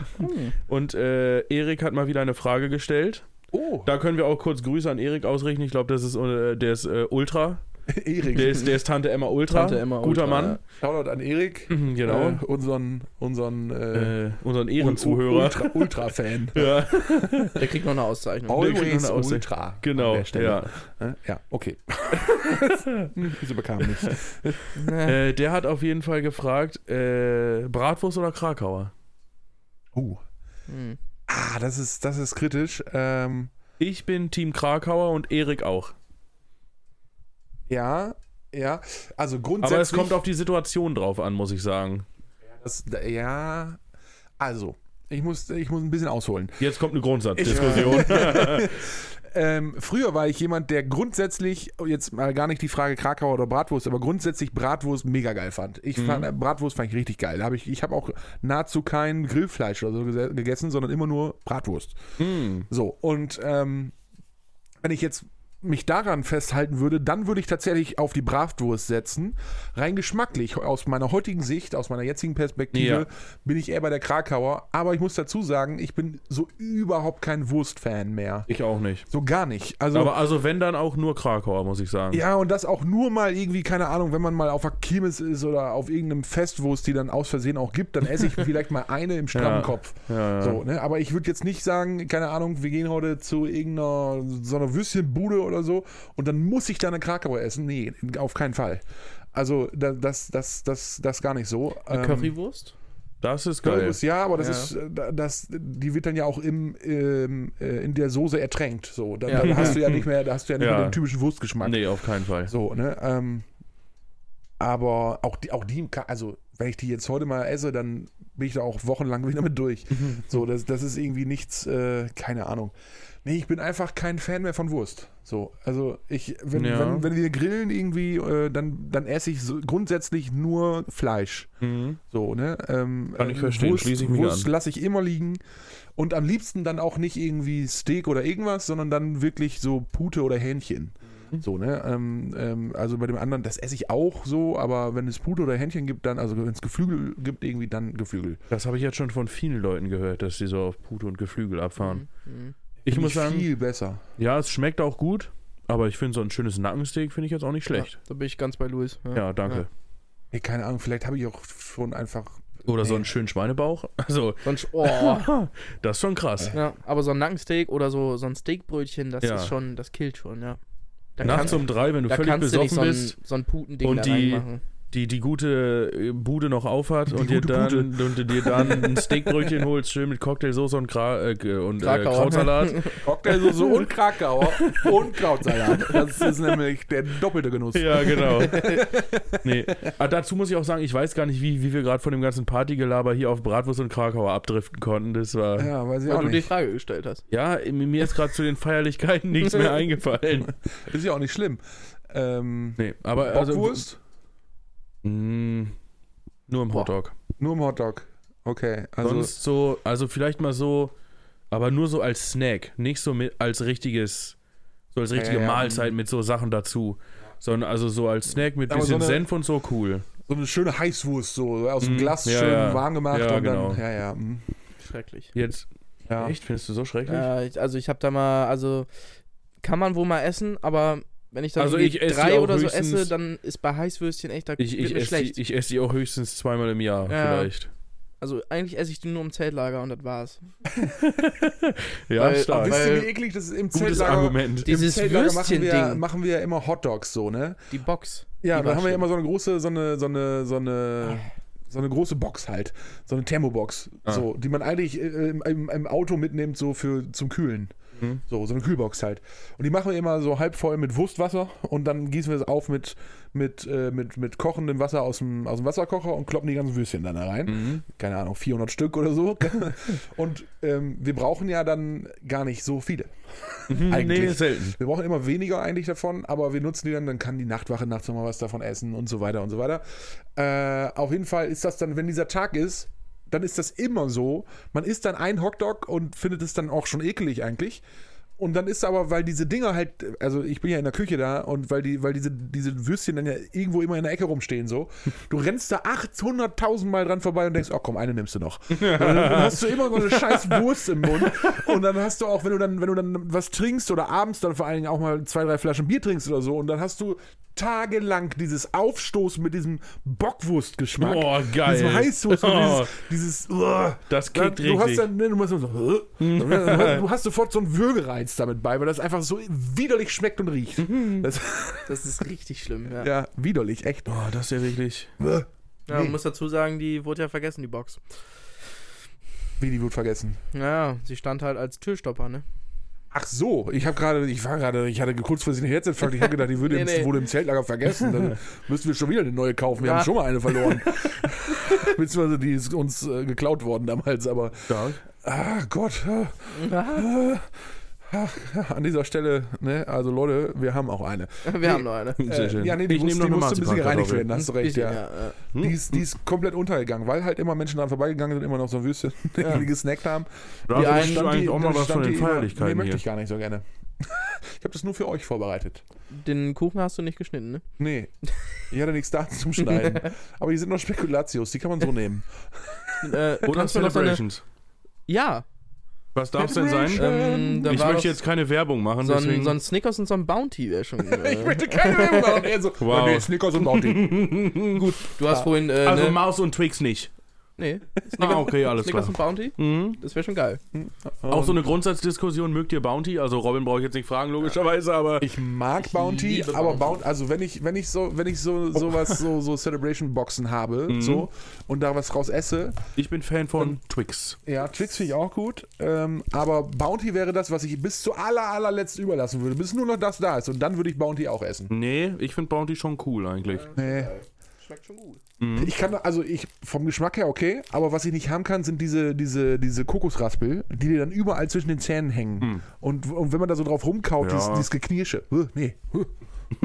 B: und äh, Erik hat mal wieder eine Frage gestellt.
A: Oh,
B: Da können wir auch kurz Grüße an Erik ausrichten. Ich glaube, das ist äh, der ist äh, Ultra,
A: Erik.
B: der ist, der ist Tante Emma Ultra,
C: Tante Emma
B: guter
C: Ultra,
B: Mann,
A: Shoutout an Erik.
B: Mhm, genau,
A: Äh, unseren, unseren, äh,
B: äh, unseren Ehrenzuhörer.
A: Ultra- Ultra-Fan.
B: [laughs] Ja,
C: Der kriegt noch eine Auszeichnung.
B: kriegen
A: Always
B: eine Aussicht.
A: Ultra.
B: genau.
A: An der Stelle.
B: Ja.
A: Äh, Ja,
B: [laughs]
A: okay. [laughs] Wieso bekam ich?
C: Nee.
B: Äh, der hat auf jeden Fall gefragt, äh, Bratwurst oder Krakauer?
A: Oh.
C: Hm.
A: Ah, das ist, das ist kritisch. Ähm,
B: Ich bin Team Krakauer und Erik auch.
A: ja, ja. Also grundsätzlich.
B: Aber es kommt auf die Situation drauf an, muss ich sagen.
A: Das, ja. Also, ich muss, ich muss ein bisschen ausholen.
B: Jetzt kommt eine Grundsatzdiskussion.
A: Ähm, früher war ich jemand, der grundsätzlich, jetzt mal gar nicht die Frage Krakauer oder Bratwurst, aber grundsätzlich Bratwurst mega geil fand. Ich fand äh, Bratwurst fand ich richtig geil. Da Hab ich ich habe auch nahezu kein Grillfleisch oder so gese- gegessen, sondern immer nur Bratwurst.
B: Hm.
A: So, und ähm, wenn ich jetzt mich daran festhalten würde, dann würde ich tatsächlich auf die Bratwurst setzen. Rein geschmacklich, aus meiner heutigen Sicht, aus meiner jetzigen Perspektive,
B: Ja.
A: bin ich eher bei der Krakauer. Aber ich muss dazu sagen, ich bin so überhaupt kein Wurstfan mehr.
B: Ich auch nicht.
A: So gar nicht. Also,
B: Aber also wenn dann auch nur Krakauer, muss ich sagen.
A: ja, und das auch nur mal irgendwie, keine Ahnung, wenn man mal auf der Kirmes ist oder auf irgendeinem Fest, wo es die dann aus Versehen auch gibt, dann
B: [laughs]
A: esse ich vielleicht mal eine im strammen
B: Ja.
A: Kopf.
B: Ja, ja.
A: So, ne? Aber ich würde jetzt nicht sagen, keine Ahnung, wir gehen heute zu irgendeiner so einer Würstchenbude oder so und dann muss ich da eine Krakauer essen. Nee, auf keinen Fall. Also da- das, das, das, das gar nicht so. Ähm,
C: Currywurst?
B: Das ist geil.
A: Currywurst, ja, aber das
C: Ja.
A: ist, äh, da- das, die wird dann ja auch im, ähm, äh, in der Soße ertränkt. So, dann,
C: Ja.
A: dann hast du
B: [laughs]
A: ja nicht mehr, da hast du ja nicht
B: Ja.
A: mehr den typischen Wurstgeschmack.
B: Nee, auf keinen Fall.
A: So, ne? Ähm, aber auch die, auch die, im Ka- also wenn ich die jetzt heute mal esse, dann bin ich da auch wochenlang [laughs] wieder mit durch. so, das, das ist irgendwie nichts, äh, keine Ahnung. Nee, ich bin einfach kein Fan mehr von Wurst. So, also ich, wenn,
B: Ja.
A: wenn, wenn wir grillen irgendwie, äh, dann, dann esse ich so grundsätzlich nur Fleisch.
B: Mhm.
A: So, ne? Ähm,
B: Kann ich
A: äh,
B: verstehen,
A: Wurst,
B: schließe ich mich
A: Wurst
B: an.
A: lasse ich immer liegen. Und am liebsten dann auch nicht irgendwie Steak oder irgendwas, sondern dann wirklich so Pute oder Hähnchen. So, ne? Ähm, ähm, also bei dem anderen, das esse ich auch so, aber wenn es Pute oder Hähnchen gibt, dann, also wenn es Geflügel gibt, irgendwie dann Geflügel.
B: Das habe ich jetzt schon von vielen Leuten gehört, dass die so auf Pute und Geflügel abfahren.
C: Mhm.
B: Ich
A: Finde
B: muss sagen,
A: Viel besser.
B: ja, es schmeckt auch gut, aber ich finde so ein schönes Nackensteak finde ich jetzt auch nicht schlecht.
C: Ja, da bin ich ganz bei Luis.
B: Ja, danke.
A: Ey, keine Ahnung, vielleicht habe ich auch schon einfach.
B: Oder so
A: Nee.
B: einen schönen Schweinebauch. [laughs] Also,
C: Sonst, oh.
B: [laughs] das ist schon krass.
C: ja, aber so ein Nackensteak oder so, so ein Steakbrötchen, das
B: Ja.
C: ist schon, das killt schon, ja. Da
B: Nachts
C: kannst,
B: um drei, wenn du
C: da
B: völlig
C: kannst du nicht
B: besoffen
C: so ein,
B: bist.
C: so ein Putending
B: und
C: da
B: die-
C: reinmachen.
B: die, die gute äh, Bude noch aufhat und, dir
A: gute
B: dann, und dir
A: [laughs]
B: dann ein Steakbrötchen holst, schön mit Cocktailsoße und, Gra äh, und äh,
A: ne?
C: Krakauer.
B: Krautsalat.
A: [laughs] Cocktailsoße und Krakauer und Krautsalat. Das ist nämlich der doppelte Genuss. [laughs]
B: Ja, genau. Nee. Ah, dazu muss ich auch sagen, ich weiß gar nicht, wie, wie wir gerade von dem ganzen Partygelaber hier auf Bratwurst und Krakauer abdriften konnten. Das war. Ja,
A: Ja, weiß ich
C: Weil
A: auch
C: du die
A: nicht.
C: Frage gestellt hast.
B: mir mir ist gerade zu den Feierlichkeiten nichts
A: [laughs]
B: mehr eingefallen.
A: Ist ja auch nicht schlimm. Ähm,
B: Nee, aber also.
A: Bockwurst?
B: Mh, nur im Hotdog.
A: Nur im Hotdog. Okay, also
B: Sonst so, also vielleicht mal so, aber nur so als Snack, nicht so mit, als richtiges, so als richtige
A: Ja, ja.
B: Mahlzeit mit so Sachen dazu, sondern also so als Snack mit
A: Aber so
B: bisschen
A: eine-
B: Senf und so cool.
A: so eine schöne Heißwurst, so aus dem
B: Mm,
A: Glas
B: ja,
A: schön
B: ja.
A: warm gemacht
B: Ja,
A: und
B: genau.
A: dann. Ja, ja. mm.
C: Schrecklich.
B: Jetzt,
A: ja.
B: echt, findest du so schrecklich?
C: Äh, ich- also ich habe da mal, also kann man wohl mal essen, aber wenn ich dann
B: Also
C: irgendwie
B: ich esse die
C: drei
B: auch
C: oder so
B: höchstens-
C: esse, dann ist bei Heißwürstchen echt, da
B: ich
C: wird
B: ich
C: mir
B: esse
C: schlecht.
B: die, ich ess die auch höchstens zweimal im Jahr
C: Ja.
B: vielleicht.
C: also eigentlich esse ich die nur im Zeltlager und das war's.
B: Ja,
C: Weil-
A: Aber
B: stark.
A: wisst ihr,
C: Weil-
A: wie eklig das ist im
B: Gutes
A: Zeltlager?
B: Argument.
A: Im
C: Dieses
A: Zeltlager machen wir,
C: Würstchen-Ding.
A: machen wir ja immer Hotdogs so, ne?
C: Die Box.
A: Ja,
C: Die
A: da
C: war
A: haben wir ja
C: schlimm.
A: immer so eine große, so eine, so eine, so eine, so eine große Box halt. So eine Thermobox.
B: Ah.
A: So, die man eigentlich äh, im, im, im Auto mitnimmt, so für zum Kühlen.
B: Mhm.
A: So, so eine Kühlbox halt. Und die machen wir immer so halb voll mit Wurstwasser und dann gießen wir es auf mit, mit, äh, mit, mit kochendem Wasser aus dem, aus dem Wasserkocher und kloppen die ganzen Würstchen dann da rein.
B: Mhm.
A: Keine Ahnung, 400 Stück oder so. [laughs] und ähm, wir brauchen ja dann gar nicht so viele.
B: [laughs] Nee, selten.
A: [laughs] Wir brauchen immer weniger eigentlich davon, aber wir nutzen die dann, dann kann die Nachtwache nachts nochmal was davon essen und so weiter und so weiter. Äh, auf jeden Fall ist das dann, wenn dieser Tag ist, dann ist das immer so. Man isst dann einen Hotdog und findet es dann auch schon ekelig eigentlich. Und dann ist aber, weil diese Dinger halt, also ich bin ja in der Küche da und weil, die, weil diese, diese Würstchen dann ja irgendwo immer in der Ecke rumstehen so, du rennst da 800.000 Mal dran vorbei und denkst, oh komm, eine nimmst du
B: [laughs]
A: noch. Und dann hast du immer so eine scheiß Wurst im Mund und dann hast du auch, wenn du dann, wenn du dann was trinkst oder abends dann vor allen Dingen auch mal zwei, drei Flaschen Bier trinkst oder so und dann hast du tagelang dieses Aufstoßen mit diesem Bockwurstgeschmack.
B: Oh, geil.
A: Diesem Heißwurst und
B: Oh.
A: dieses, dieses uah.
B: Das kickt
A: du
B: richtig.
A: Hast dann, ne, du, machst dann so, "Hä?" du hast- du hast sofort so einen Würgereiz damit bei, weil das einfach so widerlich schmeckt und riecht. Das,
C: Das ist richtig schlimm, ja.
A: ja, widerlich, echt.
B: Oh, das ist ja wirklich.
A: Uah.
C: Ja, man muss dazu sagen, die wurde ja vergessen, die Box.
A: Wie die Wut vergessen.
C: Ja, sie stand halt als Türstopper, ne? [laughs]
A: Ach so, ich habe gerade, ich war gerade, ich hatte kurzfristig einen Herzinfarkt. Ich habe gedacht, die
B: [laughs]
A: würde
C: Nee,
A: im,
C: nee.
A: wurde im Zeltlager vergessen. Dann müssten wir schon wieder eine neue kaufen. Wir
C: Ja.
A: haben schon mal eine
B: [laughs]
A: verloren. [laughs] Beziehungsweise die ist uns äh, geklaut worden damals. Aber
B: Stark.
A: ach Gott, ah, ah, ah, an dieser Stelle, ne, also Leute, wir haben auch eine.
C: Wir haben noch eine.
B: Sehr schön.
A: Äh, Ja, nee, die
B: ich
A: muss,
B: nehme noch
A: die
B: eine
A: muss ein bisschen gereinigt
B: Marzipankartoffel.
A: werden. Hast du recht, ja.
C: ja. äh.
A: Die ist, die ist komplett untergegangen, weil halt immer Menschen dran vorbeigegangen sind, immer noch so Wüste, [laughs] die gesnackt haben.
B: Da
C: Die
B: hast
C: einen-
B: du also eigentlich auch mal
A: dann
B: was von
A: stand
B: den
A: die immer, Nee,
B: Feierlichkeiten
A: möchte
B: hier.
A: ich gar nicht so gerne. [laughs] Ich habe das nur für euch vorbereitet.
C: Den Kuchen hast du nicht geschnitten, ne?
A: Nee, ich hatte nichts da [laughs] zum Schneiden. Aber die sind noch Spekulatius, die kann man so [laughs] nehmen.
C: Äh,
B: Oder
C: kannst du noch so eine-
B: Celebrations.
C: Ja,
B: Was darf es denn sein?
A: Äh,
C: ähm, da
B: ich
C: war
B: möchte
C: doch
B: jetzt keine Werbung machen,
C: so ein,
B: deswegen.
C: so ein Snickers und so ein Bounty
A: [laughs]
C: wäre schon. Äh,
A: keine Werbung machen. Er so,
B: Wow.
A: oh, nee, Snickers und Bounty.
C: gut, du hast vorhin. Äh,
B: also
C: ne?
B: Maus und Twix nicht.
C: Nee,
B: Ah, okay, alles
C: Snickers
B: klar.
C: und Bounty?
B: Mhm.
C: Das wäre schon geil.
B: Auch so eine Grundsatzdiskussion, mögt ihr Bounty? Also Robin brauche ich jetzt nicht fragen, logischerweise, aber
A: Ich mag
C: Ich
A: Bounty,
C: liebe
A: aber
C: Bounty.
A: Bounty, also wenn ich, wenn ich so, wenn ich so sowas, so, so Celebration-Boxen habe
B: Mhm.
A: so, und da was raus esse,
B: ich bin Fan von Twix.
A: Ja, Twix finde ich auch gut. Ähm, aber Bounty wäre das, was ich bis zu aller, allerletzt überlassen würde, bis nur noch das da ist. Und dann würde ich Bounty auch essen.
B: Nee, ich finde Bounty schon cool eigentlich.
A: Nee.
C: Schmeckt schon gut.
A: Ich kann, also ich, vom Geschmack her okay, aber was ich nicht haben kann, sind diese, diese, diese Kokosraspel, die dir dann überall zwischen den Zähnen hängen. Und, und wenn man da so drauf rumkaut,
B: Ja.
A: dieses, dieses Geknirsche. Uh, nee. Uh.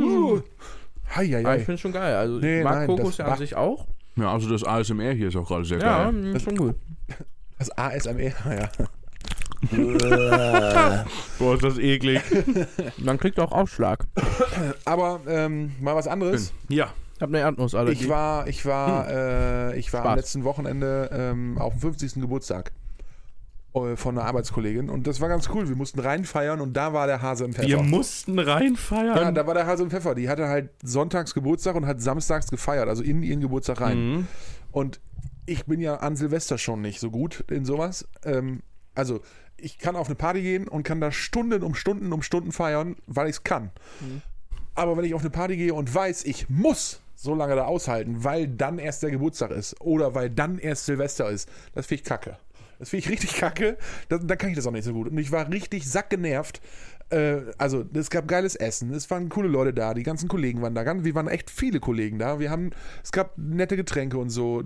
A: Uh. Hei, hei,
C: Aber ich
A: hei.
C: finde es schon geil. Also,
A: Nee,
C: ich mag
A: nein, das
C: Kokos ja
A: mag-
C: an sich auch.
B: Ja, also das ASMR hier ist auch gerade sehr
C: Ja,
B: geil.
C: mh, schon gut.
A: Das ASMR, E, [laughs] ja.
B: Boah, ist das eklig.
C: Man kriegt auch Aufschlag.
A: Aber ähm, mal was anderes.
B: ja.
C: Ich habe eine Erdnussallergie.
A: Ich war, ich war,
B: Hm.
A: äh, ich war am
C: Spaß.
A: letzten Wochenende ähm, auf dem 50. Geburtstag äh, von einer Arbeitskollegin und das war ganz cool. Wir mussten reinfeiern und da war der Hase im Pfeffer.
B: Wir mussten
A: Also. ja,
B: reinfeiern.
A: da war der Hase im Pfeffer. Die hatte halt sonntags Geburtstag und hat samstags gefeiert, also in ihren Geburtstag rein.
B: Mhm.
A: Und ich bin ja an Silvester schon nicht so gut in sowas. Ähm, also ich kann auf eine Party gehen und kann da Stunden um Stunden um Stunden feiern, weil ich es kann. Aber wenn ich auf eine Party gehe und weiß, ich muss so lange da aushalten, weil dann erst der Geburtstag ist oder weil dann erst Silvester ist. Das finde ich kacke. Das finde ich richtig kacke. Das, dann kann ich das auch nicht so gut. Und ich war richtig sackgenervt. Äh, also, es gab geiles Essen. Es waren coole Leute da. Die ganzen Kollegen waren da. Ganz- Wir waren echt viele Kollegen da. Wir haben, es gab nette Getränke und so.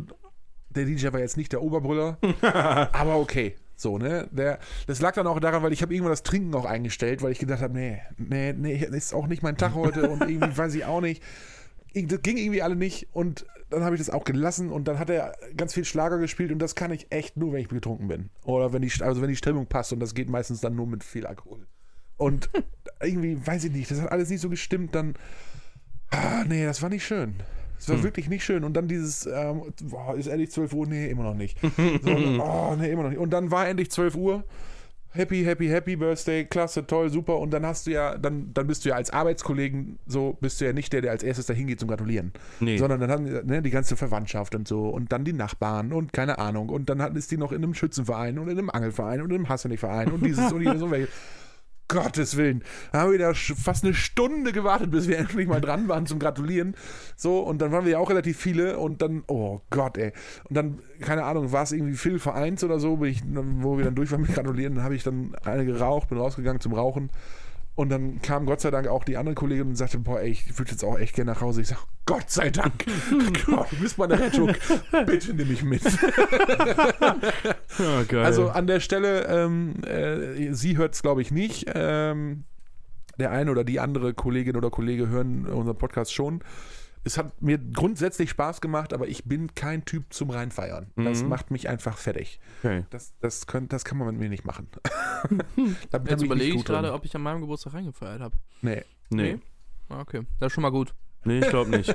A: Der DJ war jetzt nicht der Oberbrüller, aber okay. So, ne? Der, das lag dann auch daran, weil ich habe irgendwann das Trinken auch eingestellt, weil ich gedacht habe, nee, nee, nee, ist auch nicht mein Tag heute und irgendwie weiß ich auch nicht. Irg- Das ging irgendwie alle nicht und dann habe ich das auch gelassen und dann hat er ganz viel Schlager gespielt und das kann ich echt nur, wenn ich betrunken bin. Oder wenn die, St- also wenn die Stimmung passt und das geht meistens dann nur mit viel Alkohol. Und irgendwie, weiß ich nicht, das hat alles nicht so gestimmt, dann. Ah, nee, das war nicht schön. Das war wirklich nicht schön. Und dann dieses, ähm, boah, ist endlich 12 Uhr? Nee, immer noch nicht. So, oh, nee, immer noch nicht. Und dann war endlich 12 Uhr. Happy, happy, happy Birthday, klasse, toll, super. Und dann hast du ja, dann, dann bist du ja als Arbeitskollegen so, bist du ja nicht der, der als erstes dahin geht zum Gratulieren.
B: Nee.
A: Sondern dann haben die, ne, die ganze Verwandtschaft und so und dann die Nachbarn und keine Ahnung. Und dann hat, ist die noch in einem Schützenverein und in einem Angelverein und in einem Hassenig-Verein und dieses und jenes und welches. Gottes Willen. Da haben wir da sch- fast eine Stunde gewartet, bis wir [laughs] endlich mal dran waren zum Gratulieren. So, und dann waren wir ja auch relativ viele und dann, oh Gott, ey. Und dann, keine Ahnung, war es irgendwie viel vereins oder so, bin ich, wo wir dann durch waren mit Gratulieren, dann habe ich dann eine geraucht, bin rausgegangen zum Rauchen. Und dann kam Gott sei Dank auch die andere Kollegin und sagte, boah, ey, ich würde jetzt auch echt gerne nach Hause. Ich sage, Gott sei Dank. [laughs] Gott, du bist meine Rettung. Bitte nimm mich mit.
B: Ja, geil.
A: Also an der Stelle, ähm, äh, sie hört es, glaube ich, nicht. Ähm, der eine oder die andere Kollegin oder Kollege hören unseren Podcast schon. Es hat mir grundsätzlich Spaß gemacht, aber ich bin kein Typ zum Reinfeiern. Das
B: Mhm.
A: macht mich einfach fertig.
B: okay.
A: Das, das, könnt, das kann man mit mir nicht machen. [laughs] da bin
C: Jetzt
A: nicht
C: überlege ich
A: gut drin.
C: gerade, ob ich an meinem Geburtstag reingefeiert habe.
A: Nee.
B: Nee.
C: Ah, Okay, das ist schon mal gut.
B: Nee, ich glaube nicht.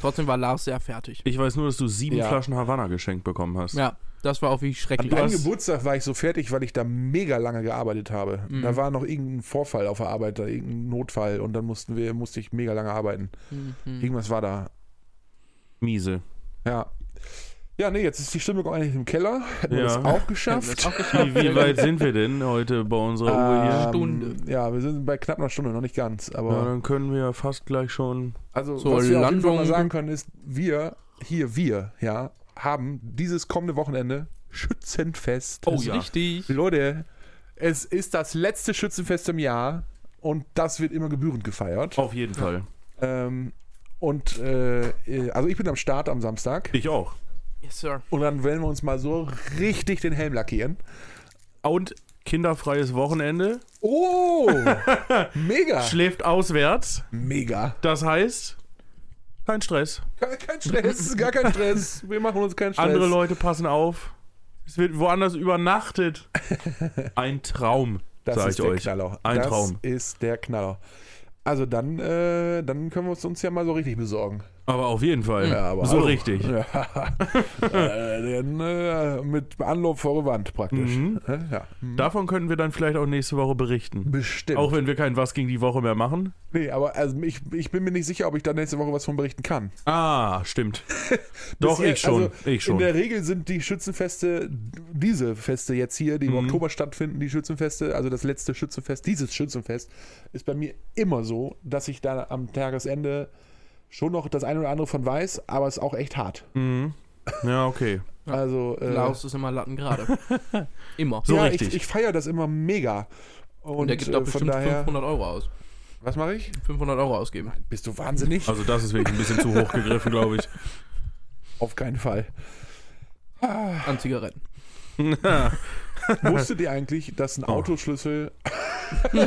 C: Trotzdem war Lars sehr fertig.
B: Ich weiß nur, dass du sieben
A: Ja.
B: Flaschen Havanna geschenkt bekommen hast.
C: Ja, das war auch wie schrecklich.
A: An meinem
B: hast-
A: Geburtstag war ich so fertig, weil ich da mega lange gearbeitet habe.
C: Mhm.
A: Da war noch irgendein Vorfall auf der Arbeit, da irgendein Notfall und dann mussten wir, musste ich mega lange arbeiten.
C: Mhm.
A: Irgendwas war da.
B: Miese.
A: Ja. Ja, nee, jetzt ist die Stimmung eigentlich im Keller. Hätten wir
B: Ja.
A: das auch
C: Das
A: geschafft.
C: [laughs] ist auch
B: Wie,
C: geschafft.
B: wie weit sind wir denn heute bei unserer Uhr hier?
A: Ähm,
C: Stunde.
A: Ja, wir sind bei knapp einer Stunde, noch nicht ganz.
B: Ja,
A: Aber
B: dann können wir ja fast gleich schon.
A: also,
C: So,
A: was wir auf jeden Fall mal
C: Landung-
A: sagen können, ist, wir, hier, wir, ja, haben dieses kommende Wochenende Schützenfest.
C: Das ist Richtig.
A: Leute, es ist das letzte Schützenfest im Jahr und das wird immer gebührend gefeiert.
B: Auf jeden Fall.
A: Ähm, und äh, äh, also ich bin am Start am Samstag
B: Ich auch.
C: Yes, Sir.
A: und dann werden wir uns mal so richtig den Helm lackieren.
B: Und kinderfreies Wochenende.
A: [laughs] Oh! mega!
B: Schläft auswärts.
A: Mega.
B: Das heißt, kein Stress.
A: Gar kein Stress, gar kein Stress. Wir machen uns keinen Stress.
B: Andere Leute passen auf. Es wird
A: [laughs]
B: woanders übernachtet. Ein Traum,
A: das
B: sag
A: ist
B: ich
A: der
B: euch.
A: Knaller.
B: Ein
A: das
B: Traum.
A: ist der Knaller. Also dann, äh, dann können wir es uns ja mal so richtig besorgen.
B: Aber auf jeden Fall.
A: Ja, aber
B: so
A: hallo.
B: richtig.
A: [laughs] Ja. äh, dann, äh, mit Anlauf vor die Wand praktisch.
B: Mhm.
A: Hä? Ja. Mhm.
B: Davon könnten wir dann vielleicht auch nächste Woche berichten.
A: Bestimmt.
B: Auch wenn wir kein Was gegen die Woche mehr machen.
A: nee, aber also ich, ich bin mir nicht sicher, ob ich da nächste Woche was von berichten kann.
B: Ah, stimmt. Doch,
A: Bisher-
B: ich schon.
A: also
B: ich schon.
A: In der Regel sind die Schützenfeste, diese Feste jetzt hier, die im
B: Mhm.
A: Oktober stattfinden, die Schützenfeste, also das letzte Schützenfest, dieses Schützenfest, ist bei mir immer so, dass ich da am Tagesende schon noch das eine oder andere von weiß, aber es ist auch echt hart.
B: Mhm. Ja, okay.
C: Ja.
A: Also, äh,
C: Lars ist immer Latten [laughs] gerade. Immer.
B: So
A: ja,
B: richtig.
A: ich, ich feiere das immer mega. Und,
C: Und er gibt auch
A: äh, von
C: bestimmt
A: daher,
C: 500 Euro aus.
A: was mache ich?
C: 500 Euro ausgeben.
A: Bist du wahnsinnig?
B: Also das ist wirklich ein bisschen zu hoch
A: [laughs]
B: gegriffen, glaube ich.
A: Auf keinen
B: [laughs]
A: Fall.
C: An Zigaretten.
A: Wusstet ihr eigentlich, dass
B: Oh.
A: ein Autoschlüssel Äh,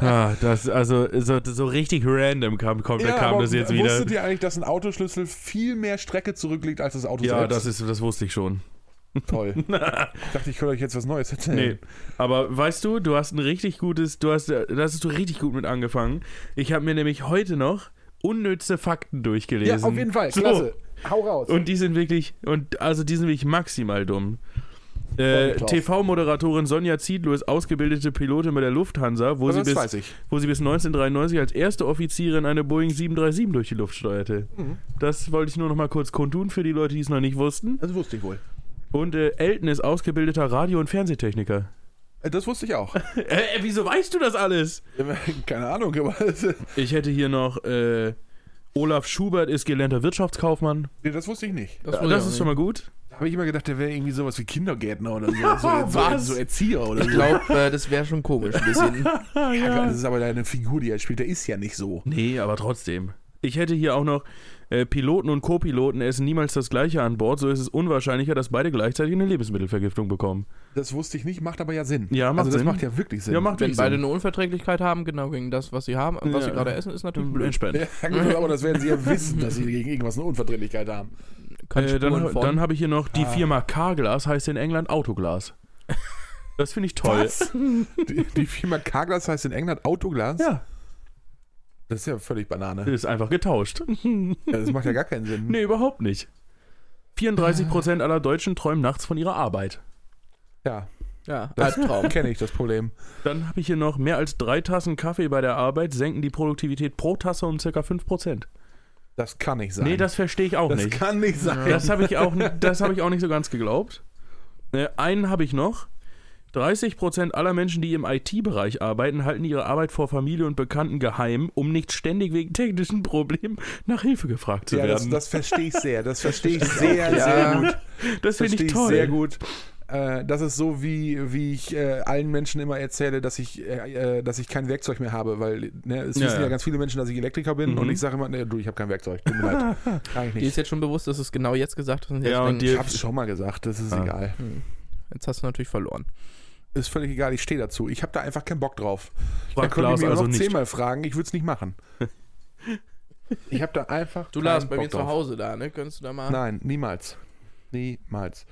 B: Ah, das, also so, so richtig random kam, kommt, kam das jetzt wieder.
A: Wusstet ihr eigentlich, dass ein Autoschlüssel viel mehr Strecke zurücklegt als das Auto
B: Ja,
A: selbst?
B: das, ist, das wusste ich schon.
A: Toll. [laughs] ich dachte, ich könnte euch jetzt was Neues
B: Nee.
A: erzählen.
B: Aber weißt du, du hast ein richtig gutes, du hast, äh, da hast du richtig gut mit angefangen. Ich habe mir nämlich heute noch unnütze Fakten durchgelesen. So.
A: Hau raus.
B: Und die sind wirklich, und also die sind wirklich maximal dumm. Äh,
A: Und drauf.
B: TV-Moderatorin Sonja Ziedlow ist ausgebildete Pilotin bei der Lufthansa, wo,
A: Also
B: sie
A: das weiß
B: bis,
A: ich.
B: wo sie bis 1993 als erste Offizierin eine Boeing 737 durch die Luft steuerte.
A: Mhm.
B: Das wollte ich nur noch mal kurz kundtun für die Leute, die es noch nicht wussten.
A: Das wusste ich wohl.
B: Und äh, Elton ist ausgebildeter Radio-
A: [laughs]
B: und Fernsehtechniker.
A: Äh, Das wusste ich [laughs] auch.
B: Äh, äh, wieso weißt du das alles?
A: Keine Ahnung, aber [laughs]
B: Ich hätte hier noch äh, Olaf Schubert ist gelernter Wirtschaftskaufmann.
A: Nee, das wusste ich nicht.
B: Das,
C: wusste ich auch
B: ist schon mal gut.
A: Da habe ich immer gedacht, der wäre irgendwie sowas wie Kindergärtner oder so.
B: [laughs]
A: so, so,
B: was?
A: so Erzieher oder so.
C: Ich glaube, äh, das wäre schon komisch ein [laughs] bisschen.
A: Ja, Das ist aber eine Figur, die er spielt. Der ist ja nicht so.
B: Nee, aber trotzdem. Ich hätte hier auch noch, äh, Piloten und Co-Piloten essen niemals das gleiche an Bord, so ist es unwahrscheinlicher, dass beide gleichzeitig eine Lebensmittelvergiftung bekommen.
A: Das wusste ich nicht, macht aber ja Sinn.
B: Ja, macht
A: also das
B: Sinn.
A: macht ja wirklich Sinn.
B: Ja, macht
C: Wenn
B: wirklich
C: beide
B: Sinn.
C: eine Unverträglichkeit haben, genau gegen das, was sie haben, was
B: Ja.
C: sie gerade essen, ist natürlich blöd.
B: Entspannt.
A: [laughs] Ja, gut, aber das werden sie ja wissen, dass sie gegen irgendwas eine Unverträglichkeit haben.
C: Kann
B: Äh,
C: Spuren
B: dann
C: von- Ah.
B: dann habe ich hier noch, die Firma Carglass heißt in England Autoglas. Das finde ich toll.
A: Die, die Firma Carglass heißt in England Autoglas.
B: Ja,
A: Das ist ja völlig
B: das
A: Banane.
B: ist einfach getauscht.
A: Ja, Das macht ja gar keinen Sinn.
B: Nee, überhaupt nicht. 34% aller Deutschen träumen nachts von ihrer Arbeit.
A: Ja,
C: ja,
A: das
C: Albtraum.
A: kenne ich, das Problem.
B: Dann habe ich hier noch, mehr als drei Tassen Kaffee bei der Arbeit senken die Produktivität pro Tasse um ca. 5%.
A: Das kann nicht sein.
B: Nee, das verstehe ich auch
A: Das
B: nicht.
A: kann nicht sein.
B: Das habe ich, auch- das habe ich auch nicht so ganz geglaubt. Äh, einen habe ich noch. 30% aller Menschen, die im IT-Bereich arbeiten, halten ihre Arbeit vor Familie und Bekannten geheim, um nicht ständig wegen technischen Problemen nach Hilfe gefragt zu
A: Ja, das,
B: werden.
A: das verstehe ich sehr.
B: [laughs]
A: Das verstehe ich sehr,
C: Ja.
A: sehr gut.
B: das
A: verstehe ich sehr gut. Äh, Das ist so, wie, wie ich äh, allen Menschen immer erzähle, dass ich, äh, äh, dass ich kein Werkzeug mehr habe, weil ne, es
B: Ja,
A: wissen ja.
B: ja.
A: ganz viele Menschen, dass ich Elektriker bin
B: Mhm.
A: und ich sage immer, nee, du, ich habe kein Werkzeug, tut mir leid.
B: [laughs]
A: Kann ich
C: Die ist
A: nicht.
C: jetzt schon bewusst, dass es genau jetzt gesagt hast.
B: Ja, und
A: Ich
B: dir-
C: jetzt,
A: hab's schon mal gesagt, das ist
B: Ah.
A: egal.
C: jetzt hast du natürlich verloren.
A: Ist völlig egal, ich stehe dazu. Ich habe da einfach keinen Bock drauf. Da
B: Frag
A: könnte ich
B: Klaus
A: mich
B: also
A: noch
B: nicht.
A: zehnmal fragen, ich würde es nicht machen. Ich habe da einfach
C: Du
A: keinen
C: Lars, bei mir
A: Bock drauf.
C: zu Hause da, ne? Könntest du da [laughs] mal.
A: Nein, niemals. Niemals.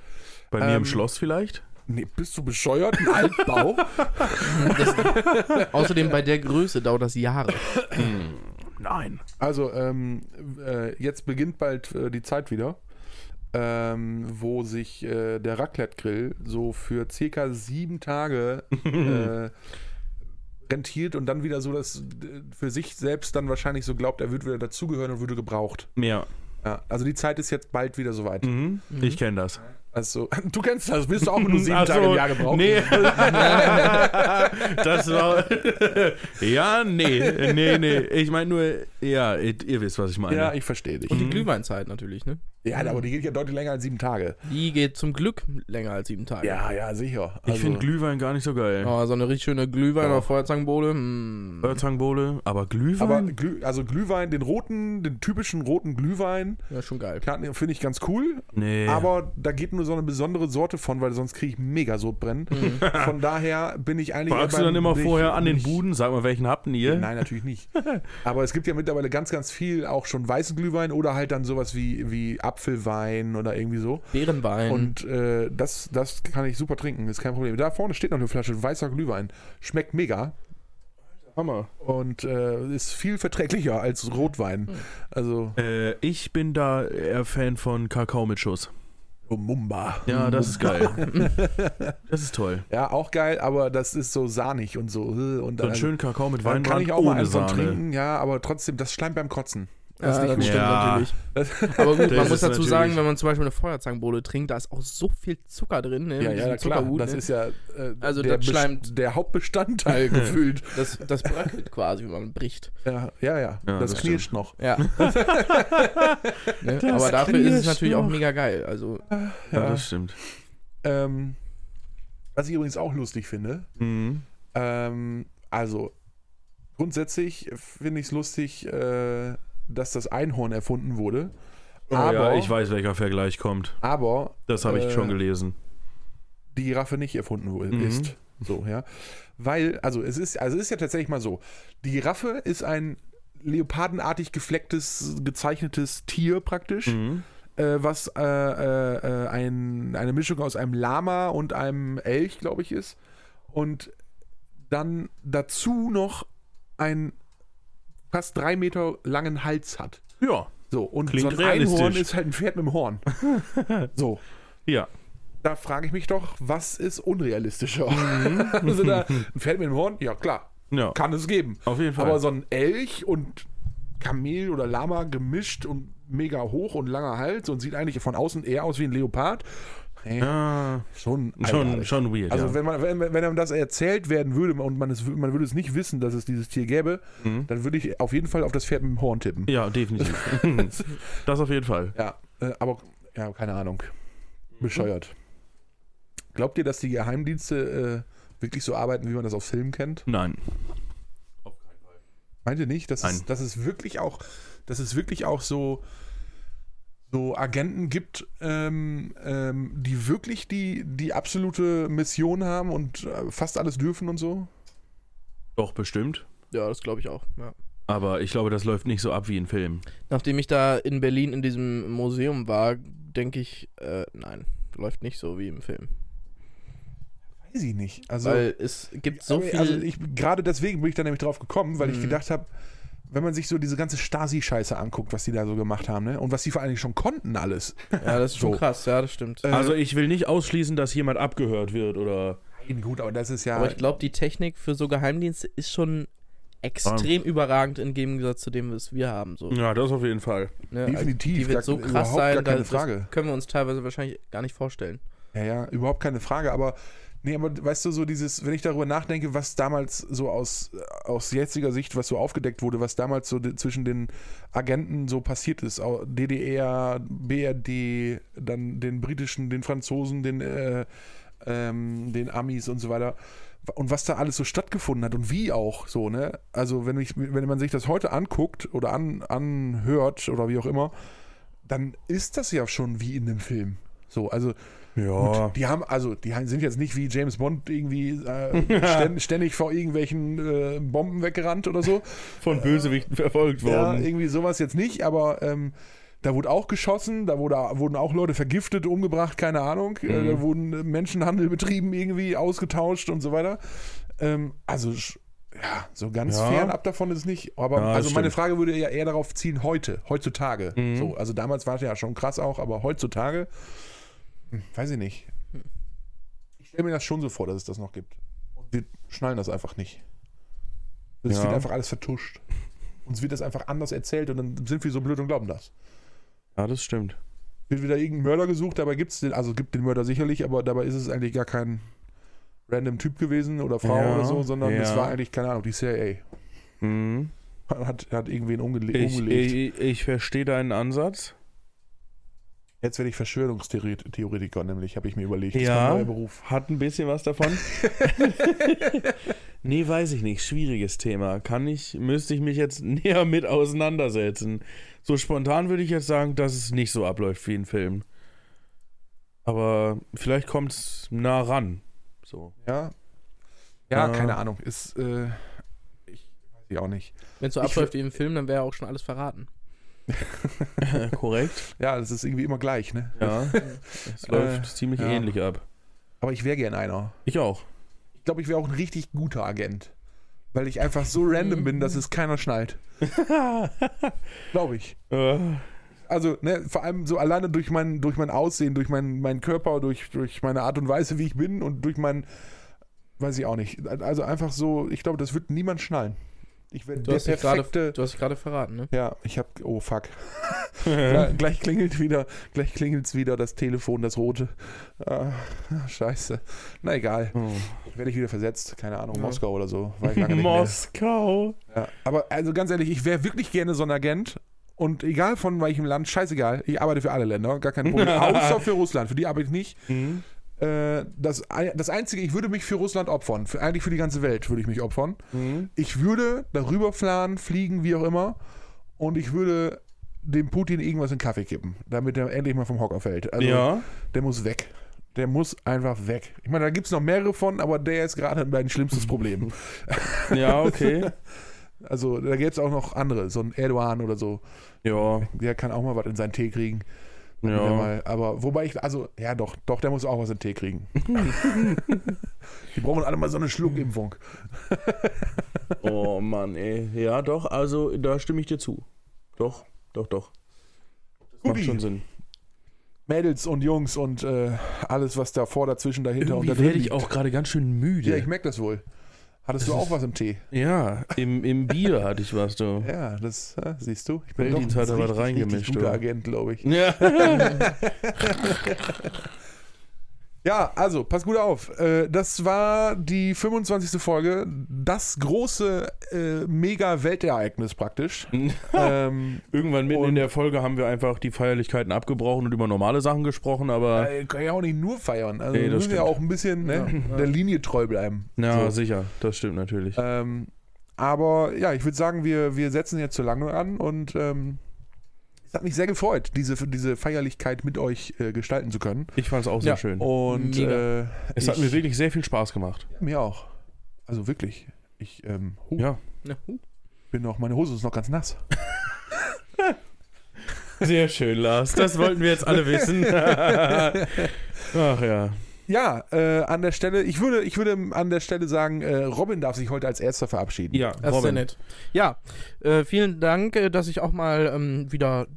B: Bei mir
A: Ähm,
B: im Schloss vielleicht?
A: Nee, bist du bescheuert? Ein [laughs] Altbau?
C: Außerdem bei der Größe dauert das Jahre.
B: Nein.
A: Also, ähm, äh, jetzt beginnt bald äh, die Zeit wieder, ähm, wo sich äh, der Raclette-Grill so für circa sieben
C: [laughs]
A: Tage äh, rentiert und dann wieder so, dass äh, für sich selbst dann wahrscheinlich so glaubt, er würde wieder dazugehören und würde gebraucht.
B: Mehr.
A: Ja, also, die Zeit ist jetzt bald wieder soweit.
B: Mhm. Ich kenne das.
A: Also, [laughs] du kennst das, bist du auch
B: [laughs]
A: nur sieben
B: Ach
A: Tage
B: so,
A: im Jahr gebraucht?
B: Nee. [laughs] das war. [laughs] ja, nee. Nee, nee. Ich meine nur, ja, ihr, ihr wisst, was ich meine.
A: Ja, ich verstehe dich.
C: Und die Glühweinzeit natürlich, ne?
A: Ja, aber die geht ja deutlich länger als sieben Tage.
C: Die geht zum Glück länger als sieben Tage.
A: Ja, ja, sicher. Also,
B: Ich finde Glühwein gar nicht so geil.
C: Oh, so eine richtig schöne Glühwein-
A: Ja.
C: oder Feuerzangenbowle. mm.
B: Ölzangenbowle, aber
A: Aber
B: Glühwein?
A: Glüh, also Glühwein, den roten, den typischen roten Glühwein,
C: Ja, schon geil.
A: kann- finde ich ganz cool.
B: nee.
A: Aber da geht nur so eine besondere Sorte von, weil sonst kriege ich mega Sodbrennen. [laughs] Von daher bin ich eigentlich.
B: Mhm. Fragst
A: eher
B: du dann
A: beim-
B: immer
A: nicht-
B: vorher an den
A: nicht-
B: Buden, ne? sag mal, welchen habt denn ihr?
A: Nein, natürlich
B: [laughs]
A: nicht. Aber es gibt ja mittlerweile ganz, ganz viel auch schon weißen Glühwein oder halt dann sowas wie, wie Apfelwein oder irgendwie so.
C: Beerenwein.
A: Und äh, das, das kann ich super trinken, ist kein Problem. Da vorne steht noch eine Flasche weißer Glühwein. Schmeckt mega.
B: Hammer.
A: und äh, ist viel verträglicher als Rotwein.
C: Mhm.
A: Also
B: Äh, ich bin da eher Fan von Kakao mit Schuss.
A: Mumba.
B: Ja, das ist geil.
A: [laughs]
B: das ist toll.
A: Ja, auch geil, aber das ist so sahnig und so. äh, Und
B: So
A: dann,
B: einen schönen Kakao mit
A: dann
B: Weinbrand
A: kann ich auch mal
B: ohne
A: einen von
B: Sahne.
A: trinken, ja, aber trotzdem, das schleimt beim Kotzen.
C: das ja, das
B: gut.
C: stimmt
B: Ja.
C: natürlich. [laughs] Aber gut, man
B: Das
C: muss
B: ist
C: dazu
B: natürlich-
C: sagen, wenn man zum Beispiel eine Feuerzangenbowle trinkt, da ist auch so viel Zucker drin, ne?
A: Ja,
C: mit
A: ja,
C: diesem
A: na klar,
C: Zuckerhut,
A: das
C: ne?
A: ist ja äh,
C: Also
A: der,
C: das
A: Best-
C: schleimt-
A: der
C: [laughs]
A: Hauptbestandteil gefühlt.
C: das, das bröckelt quasi, wenn man bricht.
A: Ja, ja, ja,
B: Ja,
A: das,
B: das
A: knirscht noch.
C: [laughs] Ja. ne? Aber dafür ist es
B: knirscht
C: natürlich auch
B: noch.
C: mega geil. Also,
B: Ja, das stimmt.
A: Ähm, was ich übrigens auch lustig finde,
B: Mhm.
A: Ähm, also, grundsätzlich finde ich es lustig, äh, dass das Einhorn erfunden wurde.
B: Aber
A: Aber,
B: Oh ja, ich weiß, welcher Vergleich kommt.
A: aber
B: Das habe ich
A: Äh,
B: schon gelesen.
A: die Giraffe nicht erfunden wurde,
B: Mhm.
A: ist. So, ja. Weil, also es ist, also es ist ja tatsächlich mal so. Die Giraffe ist ein leopardenartig geflecktes, gezeichnetes Tier praktisch,
B: Mhm.
A: äh, was äh, äh, äh, ein, eine Mischung aus einem Lama und einem Elch, glaube ich, ist. Und dann dazu noch einen fast drei Meter langen Hals hat.
B: Ja,
A: So, und
B: Klingt
A: so ein Einhorn
B: realistisch.
A: ist halt ein Pferd mit einem
B: [laughs]
A: Horn. so.
B: ja.
A: Da frage ich mich doch, was ist unrealistischer? [laughs] also da ein Pferd mit dem Horn, ja klar,
B: Mhm. ja.
A: kann es geben.
B: Auf jeden Fall.
A: Aber so ein Elch und Kamel oder Lama gemischt und mega hoch und langer Hals und sieht eigentlich von außen eher aus wie ein Leopard, Nee,
B: Ja,
A: schon.
B: schon,
A: eigenartig.
B: schon weird.
A: Also
B: ja.
A: wenn man wenn, wenn einem das erzählt werden würde und man es man würde es nicht wissen, dass es dieses Tier gäbe,
B: Mhm.
A: dann würde ich auf jeden Fall auf das Pferd mit dem Horn tippen.
B: ja,
A: [laughs]
B: definitiv. das auf jeden Fall.
A: Ja, äh, aber ja, keine Ahnung. Bescheuert. Glaubt ihr, dass die Geheimdienste äh, wirklich so arbeiten, wie man das aus Filmen kennt?
B: Nein.
A: Meint ihr nicht, dass es,
B: Nein.
A: dass es wirklich auch, dass es wirklich auch so, so Agenten gibt, ähm, ähm, die wirklich die, die absolute Mission haben und äh, fast alles dürfen und so?
B: Doch, bestimmt.
C: Ja, das glaube ich auch. Ja.
B: Aber ich glaube, das läuft nicht so ab wie in Filmen.
C: Nachdem ich da in Berlin in diesem Museum war, denke ich, äh, nein, läuft nicht so wie im Film.
A: Weiß ich nicht. Also,
C: Weil es gibt so
A: Aber,
C: viel.
A: Also ich, gerade deswegen bin ich da nämlich drauf gekommen, weil ich
C: Mhm.
A: gedacht habe, wenn man sich so diese ganze Stasi-Scheiße anguckt, was die da so gemacht haben, ne? Und was die vor allen Dingen schon konnten alles.
C: ja, das ist schon
A: So.
C: krass, ja, das stimmt.
A: Äh,
B: Also ich will nicht ausschließen, dass jemand abgehört wird oder
A: Nein, gut, aber das ist ja.
C: Aber ich glaube, die Technik für so Geheimdienste ist schon extrem überragend im Gegensatz zu dem, was wir haben. So.
B: Ja, das auf jeden Fall.
C: Ne?
A: definitiv,
C: Die
A: gar-
C: wird so krass
A: überhaupt gar
C: sein,
A: keine
C: da-
A: Frage.
C: das können wir uns teilweise wahrscheinlich gar nicht vorstellen.
A: Ja, ja, überhaupt keine Frage, aber nee, aber weißt du, so dieses, wenn ich darüber nachdenke, was damals so aus, aus jetziger Sicht, was so aufgedeckt wurde, was damals so di- zwischen den Agenten so passiert ist, au- DDR, BRD, dann den britischen, den Franzosen, den, äh, ähm, den Amis und so weiter. Und was da alles so stattgefunden hat und wie auch so, ne? Also, wenn, ich, wenn man sich das heute anguckt oder an, anhört oder wie auch immer, dann ist das ja schon wie in einem Film. So, also
B: Ja.
A: Gut, die haben, also, die haben- sind jetzt nicht wie James Bond irgendwie äh, ständig, ständig vor irgendwelchen äh, Bomben weggerannt oder so.
B: Von Bösewichten verfolgt
A: Ja,
B: worden.
A: irgendwie sowas jetzt nicht, aber ähm, da wurde auch geschossen, da wurde, wurden auch Leute vergiftet, umgebracht, keine Ahnung. Äh,
B: Mhm.
A: da wurden äh, Menschenhandel betrieben, irgendwie ausgetauscht und so weiter. Ähm, also, sch- ja, so ganz
B: Ja.
A: fernab davon ist es nicht. Aber
B: Ja, das
A: also meine
B: stimmt. Mhm.
A: Frage würde ja eher darauf ziehen, heute, heutzutage. So, also damals war es ja schon krass auch, aber heutzutage, hm, weiß ich nicht. Ich stelle mir das schon so vor, dass es das noch gibt. Und wir schnallen das einfach nicht. Also Es
B: Ja.
A: wird einfach alles vertuscht. Uns wird das einfach anders erzählt und dann sind wir so blöd und glauben das.
B: ja, das stimmt.
A: Wird wieder irgendein Mörder gesucht, dabei gibt es den, also es gibt den Mörder sicherlich, aber dabei ist es eigentlich gar kein random Typ gewesen oder Frau
B: Ja,
A: oder so, sondern es
B: ja.
A: war eigentlich, keine Ahnung, die CIA.
B: Mhm.
A: Hat, hat irgendwen umgele
B: Ich,
A: umgelegt.
B: ich, ich verstehe deinen Ansatz.
A: Jetzt werde ich Verschwörungstheoretiker, nämlich, habe ich mir überlegt. Das ist
B: Ja.
A: mein neuer Beruf.
B: Hat ein bisschen was davon. [laughs] nee, weiß ich nicht. Schwieriges Thema. Kann ich, müsste ich mich jetzt [laughs] näher mit auseinandersetzen. So spontan würde ich jetzt sagen, dass es nicht so abläuft wie in Filmen. Aber vielleicht kommt es nah ran. [laughs] So.
A: Ja. Ja,
B: Äh.
A: keine Ahnung. Ist, äh, ich weiß ich auch nicht.
C: Wenn es so
A: Ich
C: abläuft wie im Film, dann wäre auch schon alles verraten.
B: Korrekt.
A: Ja, das ist irgendwie immer gleich, ne?
B: Ja. [laughs] Es läuft ziemlich
A: Äh, ja.
B: ähnlich ab.
A: Aber ich wäre gern einer.
B: Ich
A: [laughs]
B: auch.
A: Ich glaube, ich wäre auch ein richtig guter Agent. Weil ich einfach so random bin, dass es keiner schnallt. Glaube ich.
B: Äh,
A: Also, ne, vor allem so alleine durch mein, durch mein Aussehen, durch mein, meinen Körper, durch, durch meine Art und Weise, wie ich bin und durch mein. Weiß ich auch nicht. Also einfach so, ich glaube, das wird niemand schnallen. Ich werde
C: Du
A: der
C: hast dich gerade
A: perfekte.
C: du hast dich gerade verraten, ne?
A: Ja, ich hab. Oh
C: [laughs]
A: fuck. ja, gleich klingelt wieder, gleich klingelt's wieder das Telefon, das rote. Ah, scheiße. Na egal.
B: oh.
A: Werde ich wieder versetzt, keine Ahnung,
C: Hm. Ja.
A: Moskau oder so. War ich lange
C: [laughs]
A: nicht mehr.
B: Moskau.
A: Ja, aber also ganz ehrlich, ich wäre wirklich gerne so ein Agent. Und egal von welchem Land, scheißegal, ich arbeite für alle Länder, gar kein
B: [laughs]
A: Problem. Außer für Russland, für die arbeite ich nicht.
B: Mhm.
A: Äh, das, Ei- das Einzige, ich würde mich für Russland opfern. Für, eigentlich für die ganze Welt würde ich mich opfern.
B: Mhm.
A: Ich würde darüber fahren, fliegen, wie auch immer. Und ich würde dem Putin irgendwas in den Kaffee kippen, damit er endlich mal vom Hocker fällt. Also,
B: Ja.
A: der muss weg. Der muss einfach weg. Ich meine, da gibt es noch mehrere von, aber der ist gerade mein schlimmstes
B: [laughs]
A: Problem. [laughs]
B: Ja, okay.
A: Also da gäbe es auch noch andere, so ein Erdogan oder so.
B: Ja.
A: Der kann auch mal was in seinen Tee kriegen. Wenn er
B: Ja.
A: Mal, aber wobei ich, also, ja doch, doch, der muss auch was in den Tee
B: [laughs]
A: kriegen. Die brauchen alle mal so eine Schluckimpfung.
B: Oh Mann, ey. Ja, doch, also da stimme ich dir zu. Doch, doch, doch. Das macht
A: Guti.
B: schon Sinn.
A: Mädels und Jungs und äh, alles, was davor, dazwischen, dahinter und da drin liegt.
B: auch gerade ganz schön müde.
A: Ja, ich merke das wohl. Hattest du auch was im Tee?
B: Ja, im, im Bier hatte ich was,
A: [laughs]
B: du.
A: Ja, das äh, siehst du. Ich
B: Felddienst hat er was reingemischt,
A: guter
B: oder?
A: Agent, glaube ich.
B: Ja.
A: Ja, also, pass gut auf. Äh, Das war die 25. Folge. Das große äh, Mega-Weltereignis
B: [laughs]
A: praktisch. ähm,
B: Irgendwann mitten
A: Und-
B: in der Folge haben wir einfach die Feierlichkeiten abgebrochen und über normale Sachen gesprochen, aber
A: äh, können ja auch nicht nur feiern. Also
B: Nee,
A: wir
B: das
A: müssen ja
B: stimmt.
A: auch ein bisschen ne, der Linie treu bleiben.
B: na
A: So.
B: sicher, das stimmt natürlich.
A: Ähm, aber ja, ich würde sagen, wir, wir setzen jetzt zur Landung an und ähm, es hat mich sehr gefreut, diese, diese Feierlichkeit mit euch äh, gestalten zu können.
B: Ich fand es auch sehr
C: Ja.
B: schön.
A: Und
C: Mega.
A: äh,
B: es hat mir wirklich sehr viel Spaß gemacht.
A: mir auch. Also wirklich. Ich ähm, hu,
B: Ja.
C: Na, huh.
A: bin noch, meine Hose ist noch ganz nass.
B: [laughs] Sehr schön, Lars. Das wollten wir jetzt alle wissen. [laughs] Ach ja.
A: Ja, äh, an der Stelle, ich würde, ich würde an der Stelle sagen, äh, Robin darf sich heute als erster verabschieden.
B: Ja,
C: Das ist sehr nett. Ja, äh, vielen Dank, äh, dass ich auch mal ähm, wieder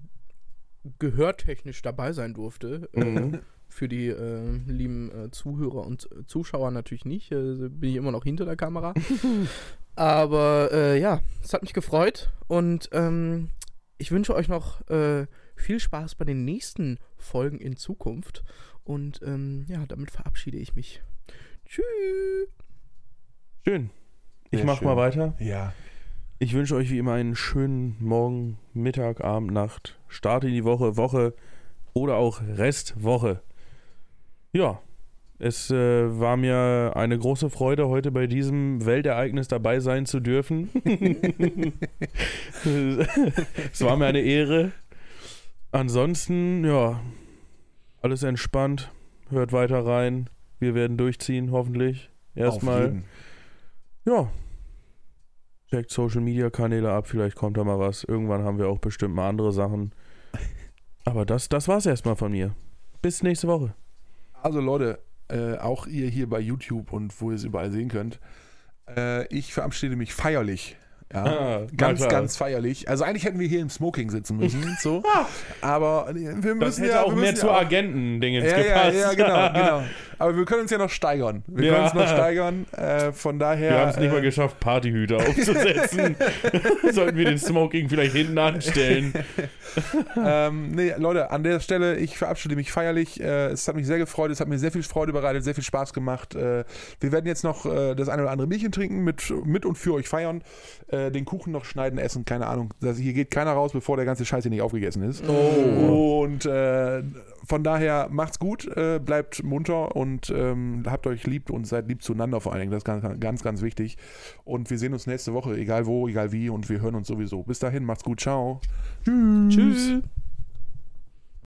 C: gehörtechnisch dabei sein durfte.
A: Mhm.
C: Äh,
B: Mhm.
C: für die äh, lieben äh, Zuhörer und äh, Zuschauer natürlich nicht. Äh, bin ich immer noch hinter der Kamera. Aber äh, ja, es hat mich gefreut und ähm, ich wünsche euch noch äh, viel Spaß bei den nächsten Folgen in Zukunft. Und ähm, ja, damit verabschiede ich mich. Tschüss.
B: Schön. Ich
A: Sehr
B: mach
A: schön.
B: mal weiter.
A: Ja.
B: Ich wünsche euch wie immer einen schönen Morgen, Mittag, Abend, Nacht. Start in die Woche, Woche oder auch Restwoche. Ja, es äh, war mir eine große Freude, heute bei diesem Weltereignis dabei sein zu dürfen. [laughs] es war mir eine Ehre. Ansonsten, ja, alles entspannt. Hört weiter rein. Wir werden durchziehen, hoffentlich.
A: Auf
B: Erstmal.
A: jeden.
B: Ja. Checkt Social Media Kanäle ab, vielleicht kommt da mal was. Irgendwann haben wir auch bestimmt mal andere Sachen. Aber das, das war's erstmal von mir. Bis nächste Woche.
A: Also Leute, äh, auch ihr hier bei YouTube und wo ihr es überall sehen könnt, äh, ich verabschiede mich feierlich. Ja,
B: Ah,
A: ganz,
B: na klar.
A: ganz feierlich. Also eigentlich hätten wir hier im Smoking sitzen
B: [laughs]
A: müssen, so. Aber äh, wir müssen
B: Das hätte
A: ja
B: auch
A: wir
B: mehr
A: müssen
B: zu
A: ja auch-
B: Agenten-Dingens
A: ja, ja,
B: gepasst.
A: ja, genau,
B: [laughs]
A: genau. Aber wir können uns ja noch steigern. Wir
B: Ja.
A: können uns noch steigern. Äh, von daher.
B: Wir haben es nicht mal
A: äh,
B: geschafft,
A: [laughs]
B: Partyhüter aufzusetzen. Sollten wir den Smoking vielleicht hinten anstellen.
A: ähm, nee, Leute, an der Stelle, ich verabschiede mich feierlich. Äh, es hat mich sehr gefreut, es hat mir sehr viel Freude bereitet, sehr viel Spaß gemacht. Äh, wir werden jetzt noch äh, das eine oder andere Bierchen trinken, mit, mit und für euch feiern, äh, den Kuchen noch schneiden, essen, keine Ahnung. Das, hier geht keiner raus, bevor der ganze Scheiß hier nicht aufgegessen ist. Und äh, von daher macht's gut, äh, bleibt munter und ähm, habt euch lieb und seid lieb zueinander vor allen Dingen. Das ist ganz, ganz, ganz wichtig. Und wir sehen uns nächste Woche, egal wo, egal wie und wir hören uns sowieso. Bis dahin, macht's gut, ciao. Tschüss.
C: Tschüss.